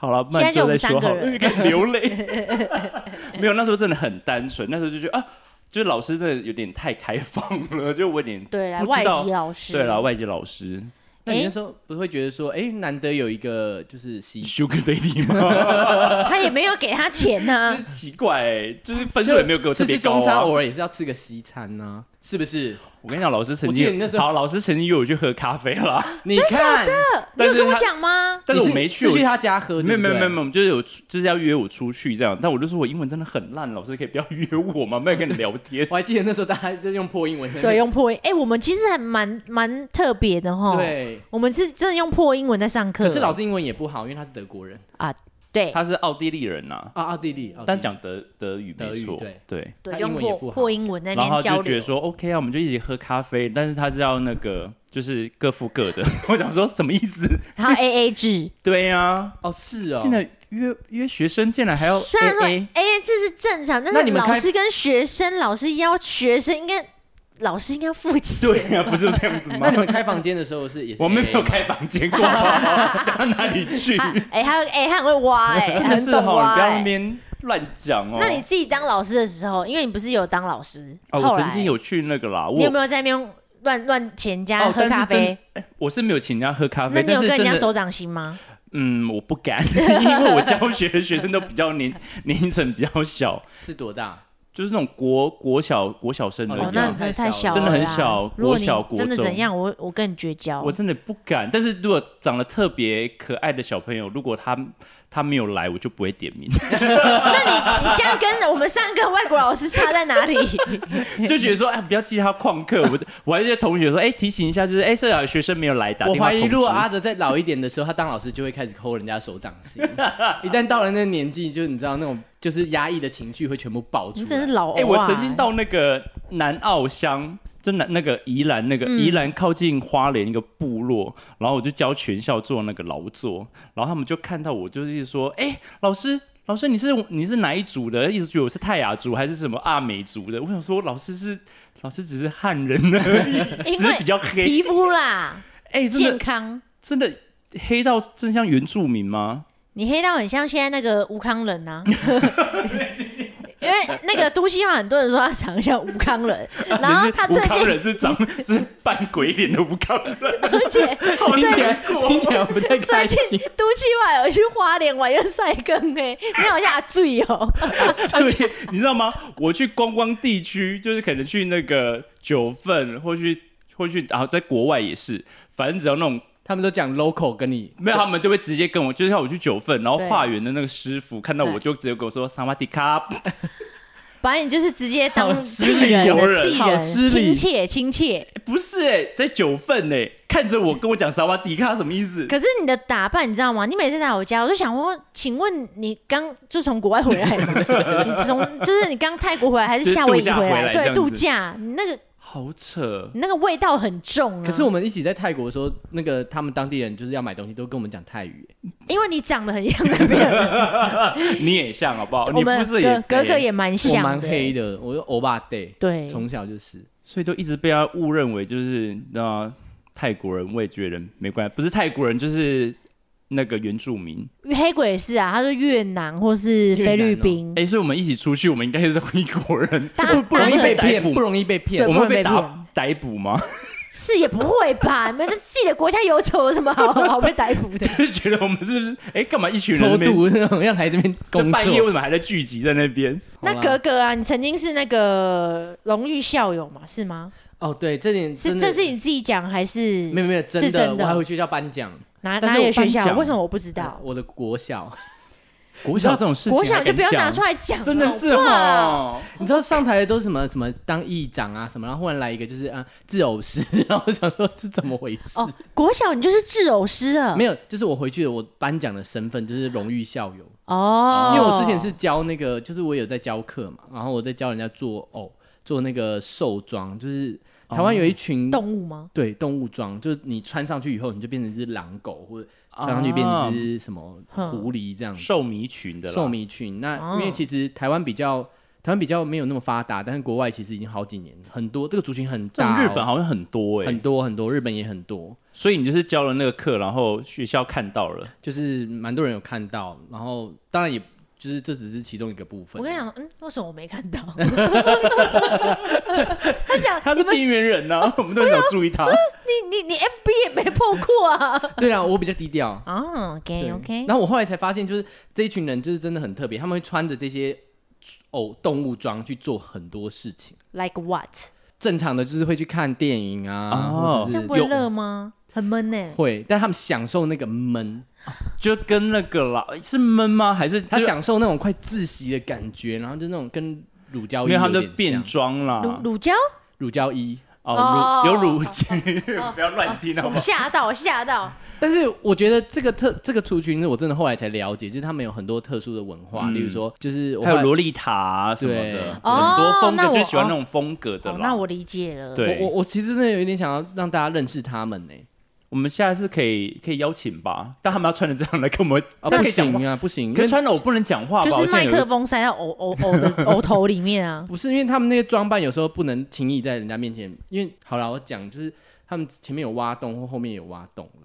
Speaker 5: 好了，
Speaker 1: 现在
Speaker 5: 慢
Speaker 1: 就我
Speaker 5: 后
Speaker 1: 们
Speaker 5: 再
Speaker 1: 三个
Speaker 5: 说好了，
Speaker 1: 人
Speaker 5: 因为该流泪。 没有，那时候真的很单纯，那时候就觉得啊，就是老师真的有点太开放了，就我有点
Speaker 1: 对啦，
Speaker 5: 不
Speaker 1: 外
Speaker 5: 知道
Speaker 1: 籍老师，
Speaker 5: 对了，外籍老师，
Speaker 4: 那你那时候不会觉得说，哎，难得有一个就是喜，
Speaker 5: Sugar Daddy 吗？
Speaker 1: 他也没有给他钱啊呐、
Speaker 5: 就是奇怪、欸就是分数也没有给我特
Speaker 4: 吃
Speaker 5: 别
Speaker 4: 吃
Speaker 5: 高、
Speaker 4: 中餐
Speaker 5: 啊。
Speaker 4: 偶尔也是要吃个西餐呐，是不是？
Speaker 5: 我跟你讲，老师曾
Speaker 4: 我记得
Speaker 5: 经
Speaker 4: 你那时候
Speaker 5: 好，老师曾经约我去喝咖啡啦，
Speaker 4: 你看，
Speaker 1: 你
Speaker 5: 但
Speaker 1: 有
Speaker 5: 是
Speaker 1: 跟我
Speaker 5: 他
Speaker 1: 讲吗？
Speaker 5: 但是
Speaker 4: 你
Speaker 5: 我没去，
Speaker 4: 是
Speaker 5: 我
Speaker 4: 去他家喝，
Speaker 5: 没有没有没有没
Speaker 4: 有，
Speaker 5: 有，就是有就是要约我出去这样，但我就说我英文真的很烂，老师可以不要约我吗？没有跟你聊天。
Speaker 4: 我还记得那时候大家就用破英文，
Speaker 1: 对，用破音。哎、我们其实还蛮蛮特别的哈。，
Speaker 5: 哦
Speaker 4: 对。
Speaker 1: 我们是真的用破英文在上课。
Speaker 4: 可是老师英文也不好，因为他是德国人
Speaker 1: 啊，对，
Speaker 5: 他是奥地利人呐、啊，
Speaker 4: 啊，奥地利，奥地利
Speaker 5: 但讲德德语没
Speaker 4: 德语
Speaker 5: 错
Speaker 4: 对，
Speaker 5: 对。
Speaker 1: 对，
Speaker 4: 他
Speaker 1: 用
Speaker 4: 英文也不
Speaker 1: 破
Speaker 4: 好
Speaker 1: 破英文在那
Speaker 5: 然后
Speaker 1: 边交
Speaker 5: 他就觉
Speaker 1: 流
Speaker 5: 得。说 OK 啊，我们就一起喝咖啡，但是他是要那个就是各付各的。 我想说什么意思？
Speaker 1: 然后 A A 制，
Speaker 5: 对呀、
Speaker 4: 哦是哦，
Speaker 5: 现在约约学生竟然 还要
Speaker 1: 虽然说
Speaker 5: AA，
Speaker 1: A A 制是正常，但
Speaker 4: 那
Speaker 1: 是
Speaker 4: 你们
Speaker 1: 老
Speaker 4: 开
Speaker 1: 师跟学生，老师要学生应该，老师应该付钱。
Speaker 5: 对啊呀、不是这样子
Speaker 4: 那
Speaker 5: 吗
Speaker 4: 你？们开房间的时候是也是 AA 吗？
Speaker 5: 我们没有开房间过，讲到哪里去？
Speaker 1: 啊，哎、他哎、他很会挖哎、
Speaker 5: 哎 真
Speaker 1: 他
Speaker 5: 的
Speaker 1: 很
Speaker 5: 是哈，
Speaker 1: 懂
Speaker 5: 你
Speaker 1: 挖
Speaker 5: 不要
Speaker 1: 哎、
Speaker 5: 那边乱讲哦。
Speaker 1: 那你自己当老师的时候，因为你不是有当老师，
Speaker 5: 哦，
Speaker 1: 后
Speaker 5: 我
Speaker 1: 来
Speaker 5: 曾经有去那个啦，
Speaker 1: 你有没
Speaker 5: 我
Speaker 1: 有在那边乱乱请人家
Speaker 5: 哦
Speaker 1: 喝
Speaker 5: 但是
Speaker 1: 咖啡？
Speaker 5: 我是没有请人家喝咖
Speaker 1: 那
Speaker 5: 啡，
Speaker 1: 你
Speaker 5: 但
Speaker 1: 有
Speaker 5: 是
Speaker 1: 跟人
Speaker 5: 真
Speaker 1: 家
Speaker 5: 的，
Speaker 1: 手掌心吗？
Speaker 5: 嗯，我不敢， 因为我教学的学生都比较年年龄比较小，
Speaker 4: 是多大？
Speaker 5: 就是那种国国小国小生
Speaker 4: 哦
Speaker 1: 哦
Speaker 5: 的，这
Speaker 1: 那
Speaker 5: 样
Speaker 1: 你
Speaker 5: 子。
Speaker 1: 真的太小了啦，
Speaker 5: 真的很小
Speaker 1: 如果
Speaker 5: 国小
Speaker 1: 你真的
Speaker 5: 国中
Speaker 1: 怎样，我我跟你绝交。
Speaker 5: 我真的不敢，但是如果长得特别可爱的小朋友，如果他他没有来，我就不会点名，
Speaker 1: 那你你这样跟我们上课外国老师差在 哪里？
Speaker 5: 就觉得说哎，不要记他旷课。我我还有些同学说，哎，提醒一下，就是哎，这小学生没有来打
Speaker 4: 我
Speaker 5: 电话
Speaker 4: 怀疑
Speaker 5: 通知
Speaker 4: 如果阿哲再老一点的时候，他当老师就会开始抠人家手掌 心。一旦到了那个年纪，就你知道那种就是压抑的情绪会全部爆出
Speaker 1: 你
Speaker 4: 来。
Speaker 1: 真是老
Speaker 5: 哎、
Speaker 1: 欧
Speaker 5: 我
Speaker 1: 啊
Speaker 5: 曾经到那个呃南澳乡，真的那个宜兰那个、宜兰靠近花莲一个部落，然后我就教全校做那个劳作，然后他们就看到我，就是一直说，哎、老师。老师，你是你是哪一族的？一直觉得我是泰雅族还是什么阿美族的？我想说，老师是老师只是汉人而已，
Speaker 1: 因
Speaker 5: 只
Speaker 1: 为
Speaker 5: 是比较黑。
Speaker 1: 皮肤啦，
Speaker 5: 哎、真
Speaker 1: 健
Speaker 5: 的
Speaker 1: 康。
Speaker 5: 真的黑到真像原住民吗？
Speaker 1: 你黑到很像现在那个吴康人 呐、啊，因为那个都西话很多人说他长得像吴康 人，然后他
Speaker 5: 只是
Speaker 1: 最
Speaker 5: 吴康
Speaker 1: 近
Speaker 5: 人是长 是扮鬼脸的吴康人，
Speaker 1: 而 且
Speaker 4: 听起来
Speaker 1: 最
Speaker 4: 听起来我不太
Speaker 1: 最
Speaker 4: 开
Speaker 1: 近
Speaker 4: 心。
Speaker 1: 都气外有去花莲玩又晒更哎，你好像阿醉哦，
Speaker 5: 而且你知道吗？我去观光地区，就是可能去那个九份，或去或去，然后在国外也是，反正只要那种
Speaker 4: 他们都讲 local 跟你
Speaker 5: 没有，他们就会直接跟我，就是像我去九份，然后
Speaker 1: 对
Speaker 5: 化缘的那个师傅看到我
Speaker 1: 对
Speaker 5: 就直接跟我说“萨瓦迪卡
Speaker 1: 把你就是直接当
Speaker 5: 好失
Speaker 1: 自己人
Speaker 5: 礼有
Speaker 1: 的
Speaker 5: 人
Speaker 1: 自己
Speaker 5: 好
Speaker 1: 人，
Speaker 5: 失
Speaker 1: 亲
Speaker 5: 礼
Speaker 1: 切亲切。”，
Speaker 5: 不是哎、在九份哎、看着我跟我讲“萨瓦迪卡”什么意思？
Speaker 1: 可是你的打扮，你知道吗？你每次来我家，我就想说，请问你刚就从国外回来吗？ 你从就是你刚泰国回来还是夏威夷
Speaker 5: 就是度假回来这
Speaker 1: 对，
Speaker 5: 样子
Speaker 1: 度假，你那个
Speaker 5: 好扯，
Speaker 1: 你那个味道很重啊。
Speaker 4: 可是我们一起在泰国的时候，那个他们当地人就是要买东西，都跟我们讲泰语。
Speaker 1: 因为你长得很像那边人，
Speaker 5: 你也像好不好？
Speaker 1: 我
Speaker 5: 哦你
Speaker 1: 们
Speaker 5: 肤色也哎
Speaker 1: 格格格
Speaker 5: 黑
Speaker 1: 也蛮
Speaker 4: 我
Speaker 1: 像，
Speaker 4: 蛮黑。的，我就欧巴 day，
Speaker 1: 对，
Speaker 4: 从小就是。
Speaker 5: 所以就一直被他误认为就是那、泰国人、我也觉得没关系，不是泰国人就是那个原住民。
Speaker 1: 黑鬼也是啊，他说越南或是菲律宾，
Speaker 5: 哎、所以我们一起出去，我们应该是回国人，
Speaker 1: 大家
Speaker 4: 不容易被
Speaker 1: 大家可能
Speaker 4: 骗，不容易被骗
Speaker 1: 对
Speaker 5: 我。们会被
Speaker 1: 不能被
Speaker 5: 打逮捕吗？
Speaker 1: 是也不会吧？你们这自己的国家有仇有什么好好被逮捕的？
Speaker 5: 就是觉得我们是不是？哎、干嘛一群人在
Speaker 4: 偷
Speaker 5: 那边
Speaker 4: 渡那种要来这边
Speaker 5: 就
Speaker 4: 工
Speaker 5: 半夜为
Speaker 4: 作，
Speaker 5: 什么还在聚集在那边？
Speaker 1: 那
Speaker 4: 好吧
Speaker 1: 格格啊，你曾经是那个荣誉校友嘛，是吗？
Speaker 4: 哦，对，这点
Speaker 1: 是
Speaker 4: 真
Speaker 1: 这
Speaker 4: 的
Speaker 1: 是你自己讲还是
Speaker 4: 没有没有真
Speaker 1: 是真的
Speaker 4: 我还回去叫颁奖。
Speaker 1: 哪
Speaker 5: 但
Speaker 1: 哪
Speaker 5: 是
Speaker 1: 里的
Speaker 5: 我
Speaker 1: 学
Speaker 5: 颁
Speaker 1: 校？
Speaker 5: 奖
Speaker 1: 为什么我不知道？
Speaker 4: 我的国小，
Speaker 5: 国小这种事情，
Speaker 1: 国小就不要拿出，来讲了，
Speaker 5: 真的是
Speaker 1: 好不好。
Speaker 5: 哦。
Speaker 4: 你知道上台的都是什么什么当议长啊什么，然后忽然来一个就是啊自偶师， 然后我想说是怎 么回事？
Speaker 1: 哦，国小你就是制偶师啊了，
Speaker 4: 没有，就是我回去了，我颁奖的身份就是荣誉校友，
Speaker 1: 哦，
Speaker 4: 因为我之前是教那个，就是我有在教课嘛，然后我在教人家做偶，做那个兽装，就是台湾有一群、
Speaker 1: 哦动物吗？
Speaker 4: 对动物装，就是你穿上去以后，你就变成一只狼狗，或者
Speaker 1: 哦
Speaker 4: 穿上去变成一只什么
Speaker 1: 哼
Speaker 4: 狐狸这样子。
Speaker 5: 寿啊迷群的啦，
Speaker 4: 兽迷群。那因为
Speaker 1: 哦
Speaker 4: 其实台湾比较台湾比较没有那么发达，但是国外其实已经好几年，很多这个族群很
Speaker 5: 这种
Speaker 4: 大哦、
Speaker 5: 日本好像很多哎、
Speaker 4: 很多很多，日本也很多，
Speaker 5: 所以你就是教了那个课，然后学校看到了，
Speaker 4: 就是蛮多人有看到。然后当然也就是这只是其中一个部分。
Speaker 1: 我跟你，讲，嗯，为什么我没看 到？他讲
Speaker 5: 他
Speaker 1: 你
Speaker 5: 是
Speaker 1: 们，
Speaker 5: 边缘人呐、我们都没有注意他。
Speaker 1: 你你你 FB 也没碰过 啊。
Speaker 4: 对啊，我比较低调。
Speaker 1: 哦，OK
Speaker 4: 对
Speaker 1: OK，
Speaker 4: 然后我后来才发现，就是这一群人就是真的很特别，他们会穿着这些偶动物装去做很多事情。
Speaker 1: like what？
Speaker 4: 正常的就是会去看电影啊，或
Speaker 5: 哦
Speaker 1: 这
Speaker 4: 者
Speaker 1: 样
Speaker 4: 是
Speaker 1: 不会
Speaker 4: 有
Speaker 1: 热吗？很闷呢。
Speaker 4: 会，但他们享受那个闷，
Speaker 5: 就跟那个啦，是闷吗？还是
Speaker 4: 他
Speaker 5: 就
Speaker 4: 享受那种快窒息的感觉，然后就那种跟乳胶衣
Speaker 5: 没有他
Speaker 4: 有
Speaker 5: 们就
Speaker 4: 点
Speaker 5: 变
Speaker 4: 像
Speaker 5: 装啦？
Speaker 1: 乳乳胶？
Speaker 4: 乳胶衣。
Speaker 5: 哦，
Speaker 1: 哦
Speaker 5: 乳有乳精， 不要乱听好不好？
Speaker 1: 吓到我吓 到。
Speaker 4: 但是我觉得这个特这个族群，我真的后来才了解，就是他们有很多特殊的文化，
Speaker 5: 嗯
Speaker 4: 例如说，就是我
Speaker 5: 还
Speaker 4: 后
Speaker 5: 有
Speaker 4: 来
Speaker 5: 萝莉塔啊什么
Speaker 4: 对
Speaker 5: 的，很
Speaker 1: 哦
Speaker 5: 多风格，
Speaker 1: 那我
Speaker 5: 就喜欢那种风格的
Speaker 1: 哦
Speaker 5: 啦。，
Speaker 1: 那我理解了。
Speaker 5: 对
Speaker 4: 我我我其实真的有一点想要让大家认识他们呢、
Speaker 5: 我们下一次可以可以邀请吧，但他们要穿成这样来跟我 们，
Speaker 4: 啊，
Speaker 5: 这样
Speaker 4: 不
Speaker 5: 可以讲话
Speaker 4: 行啊，不行，
Speaker 5: 可
Speaker 4: 因
Speaker 5: 是
Speaker 4: 为
Speaker 5: 穿了我不能讲话吧？
Speaker 1: 就是
Speaker 5: 我现在
Speaker 1: 麦
Speaker 5: 有
Speaker 1: 克风塞到偶偶偶的偶头里面 啊。
Speaker 4: 不是因为他们那个装扮有时候不能轻易在人家面前，因为好了，我讲就是他们前面有挖洞或后面有挖洞了，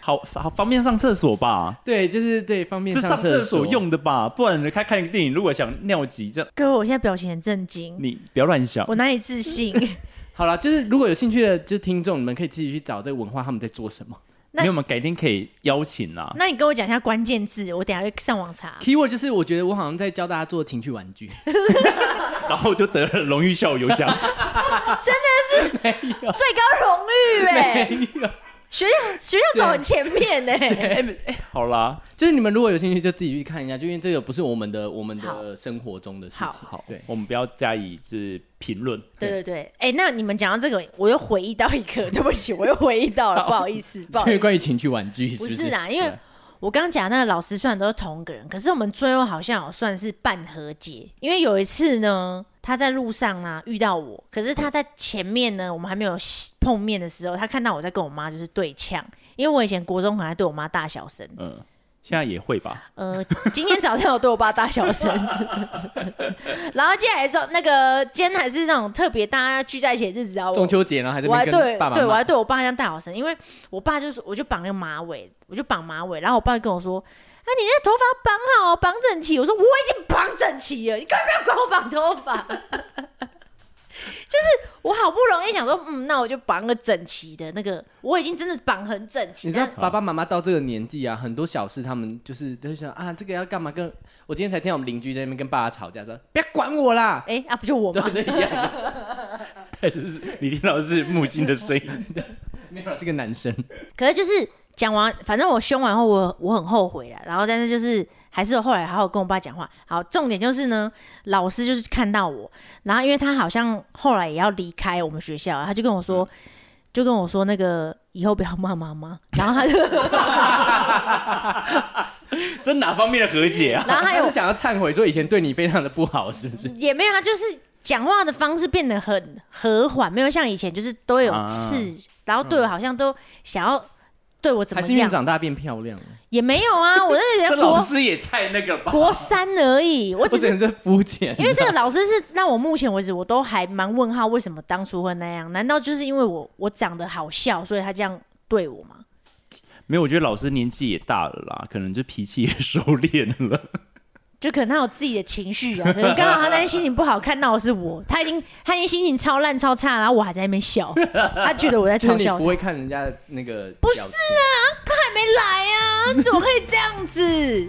Speaker 5: 好好方便上厕所吧？
Speaker 4: 对，就是对方面
Speaker 5: 是上
Speaker 4: 厕
Speaker 5: 厕所用的吧？不然人家看个电影，如果想尿急，这样
Speaker 1: 各位，我现在表情很震惊，
Speaker 5: 你不要乱想。
Speaker 1: 我哪里自信？
Speaker 4: 好了，就是如果有兴趣的，就是听众，你们可以自己去找这个文化他们在做什么。
Speaker 1: 那
Speaker 5: 没有，我们改天可以邀请啊啦。
Speaker 1: 那你跟我讲一下关键字，我等一下上网 查。
Speaker 4: Keyword 就是我觉得我好像在教大家做情趣玩具，
Speaker 5: 然后我就得了荣誉校友奖，
Speaker 1: 最高荣誉哎，学校学校走很前面欸呢、
Speaker 5: 好啦，
Speaker 4: 就是你们如果有兴趣就自己去看一下，就因为这个不是我们的我们的生活中的事情。
Speaker 1: 好
Speaker 4: 好对，
Speaker 5: 我们不要加以是评论。
Speaker 1: 对对对，哎、那你们讲到这个，我又回忆到一个，对不起，我又回忆到了，不好意思，不
Speaker 4: 因
Speaker 1: 好意
Speaker 4: 为
Speaker 1: 思，
Speaker 4: 关于情趣玩具是
Speaker 1: 不
Speaker 4: 不
Speaker 1: 是
Speaker 4: 是
Speaker 1: 啦，因为
Speaker 4: 对
Speaker 1: 我刚讲那个老师虽然都是同一个人，可是我们最后好像有算是半和解，因为有一次呢，他在路上啊遇到我，可是他在前面呢，我们还没有碰面的时候，他看到我在跟我妈就是对呛，因为我以前国中很爱对我妈大小 声，
Speaker 5: 嗯，现在也会吧？
Speaker 1: 呃，今天早上有对我爸大小声， 然后接下来之后，那个呃今天还是那种特别大家聚在一起的日子啊，我
Speaker 4: 中秋节，然后还在
Speaker 1: 我
Speaker 4: 那
Speaker 1: 还
Speaker 4: 边
Speaker 1: 对
Speaker 4: 跟爸爸
Speaker 1: 对我
Speaker 4: 妈
Speaker 1: 还对我爸这样大小声，因为我爸就是我就绑个马尾，我就绑马尾，然后我爸就跟我说：“啊，你那头发绑好，哦绑整齐。”我说：“我已经绑整齐了，你干嘛要管我绑头发？” 就是我好不容易想说，嗯，那我就绑个整齐的那个，我已经真的绑很整齐，
Speaker 4: 你知道
Speaker 1: 但
Speaker 4: 爸爸妈妈到这个年纪啊，很多小事他们就是都会想啊，这个要干嘛跟？我今天才听到我们邻居在那边跟爸爸吵架，说不要管我啦，
Speaker 1: 哎、啊，不就我
Speaker 4: 都
Speaker 1: 吗？
Speaker 4: 是一样，
Speaker 5: 还是你听到的是木星 的声音？
Speaker 4: 没有是个男生，
Speaker 1: 可是就是讲完，反正我凶完后我，我很后悔了。然后但是就是还是有后来好好跟我爸讲话。好，重点就是呢，老师就是看到我，然后因为他好像后来也要离开我们学校，他就跟我说，就跟我说那个以后不要骂妈妈。然后他就，
Speaker 5: 这哪方面的和 解啊？
Speaker 1: 然后还
Speaker 4: 他
Speaker 1: 有嗯
Speaker 4: 是想要忏悔说以前对你非常的不好，是不是？
Speaker 1: 也没有，他就是讲话的方式变得很和缓，没有像以前就是都有刺，然后对我好像都想要对我怎
Speaker 4: 还
Speaker 1: 么
Speaker 4: 是因为
Speaker 1: 样，
Speaker 4: 长大变漂亮了？
Speaker 1: 也没有啊，我那
Speaker 5: 这
Speaker 1: 个
Speaker 5: 老
Speaker 1: 国
Speaker 5: 师也太那个了吧？
Speaker 1: 国三而已，我
Speaker 4: 我
Speaker 1: 只是
Speaker 4: 只能是肤 浅，
Speaker 1: 因为这个老师是让我目前为止我都还蛮问号，为什么当初会那样？难道就是因为我我长得好笑，所以他这样对我吗？
Speaker 5: 没有，我觉得老师年纪也大了啦，可能就脾气也收敛了。
Speaker 1: 就可能他有自己的情绪啊，可能刚好他那天心情不好，看到的是我， 他已经他已经心情超烂超差，然后我还在那边 笑，他觉得我在
Speaker 4: 就是
Speaker 1: 嘲
Speaker 4: 你
Speaker 1: 笑
Speaker 4: 不
Speaker 1: 他，
Speaker 4: 会看人家的那个
Speaker 1: 不是
Speaker 4: 表情
Speaker 1: 啊，他还没来啊，你怎么可以这样 子？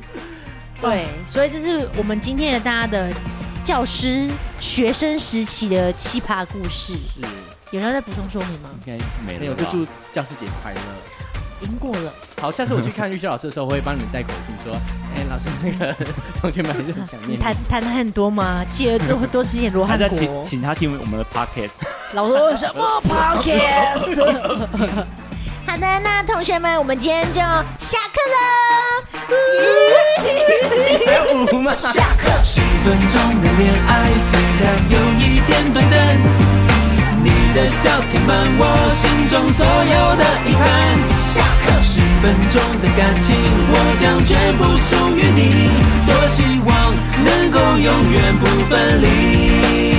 Speaker 1: 对，所以这是我们今天的大家的教师学生时期的奇葩故事，
Speaker 4: 是
Speaker 1: 有人要再补充说明吗？
Speaker 5: 应该没
Speaker 4: 没
Speaker 5: 了
Speaker 4: 有，
Speaker 5: 吧
Speaker 4: 就祝教师节快乐。
Speaker 1: 赢过了。
Speaker 4: 好，下次我去看玉秀老师的时候，我会帮你们带口信说，哎、老师那个同学们还是很想念你。
Speaker 1: 谈谈很多吗？记得多多吃点罗
Speaker 5: 大
Speaker 1: 汉
Speaker 5: 家
Speaker 1: 果
Speaker 5: 请
Speaker 1: 哦。
Speaker 5: 请他听我们的 pocket。
Speaker 1: 老师为什么 podcast？好的，那同学们，我们今天就下课喽。
Speaker 4: 还有五吗？
Speaker 6: 十分钟的恋爱虽然有一点短暂，你的笑填满我心中所有的遗憾。下课十分钟的感情，我将全部属于你，多希望能够永远不分离。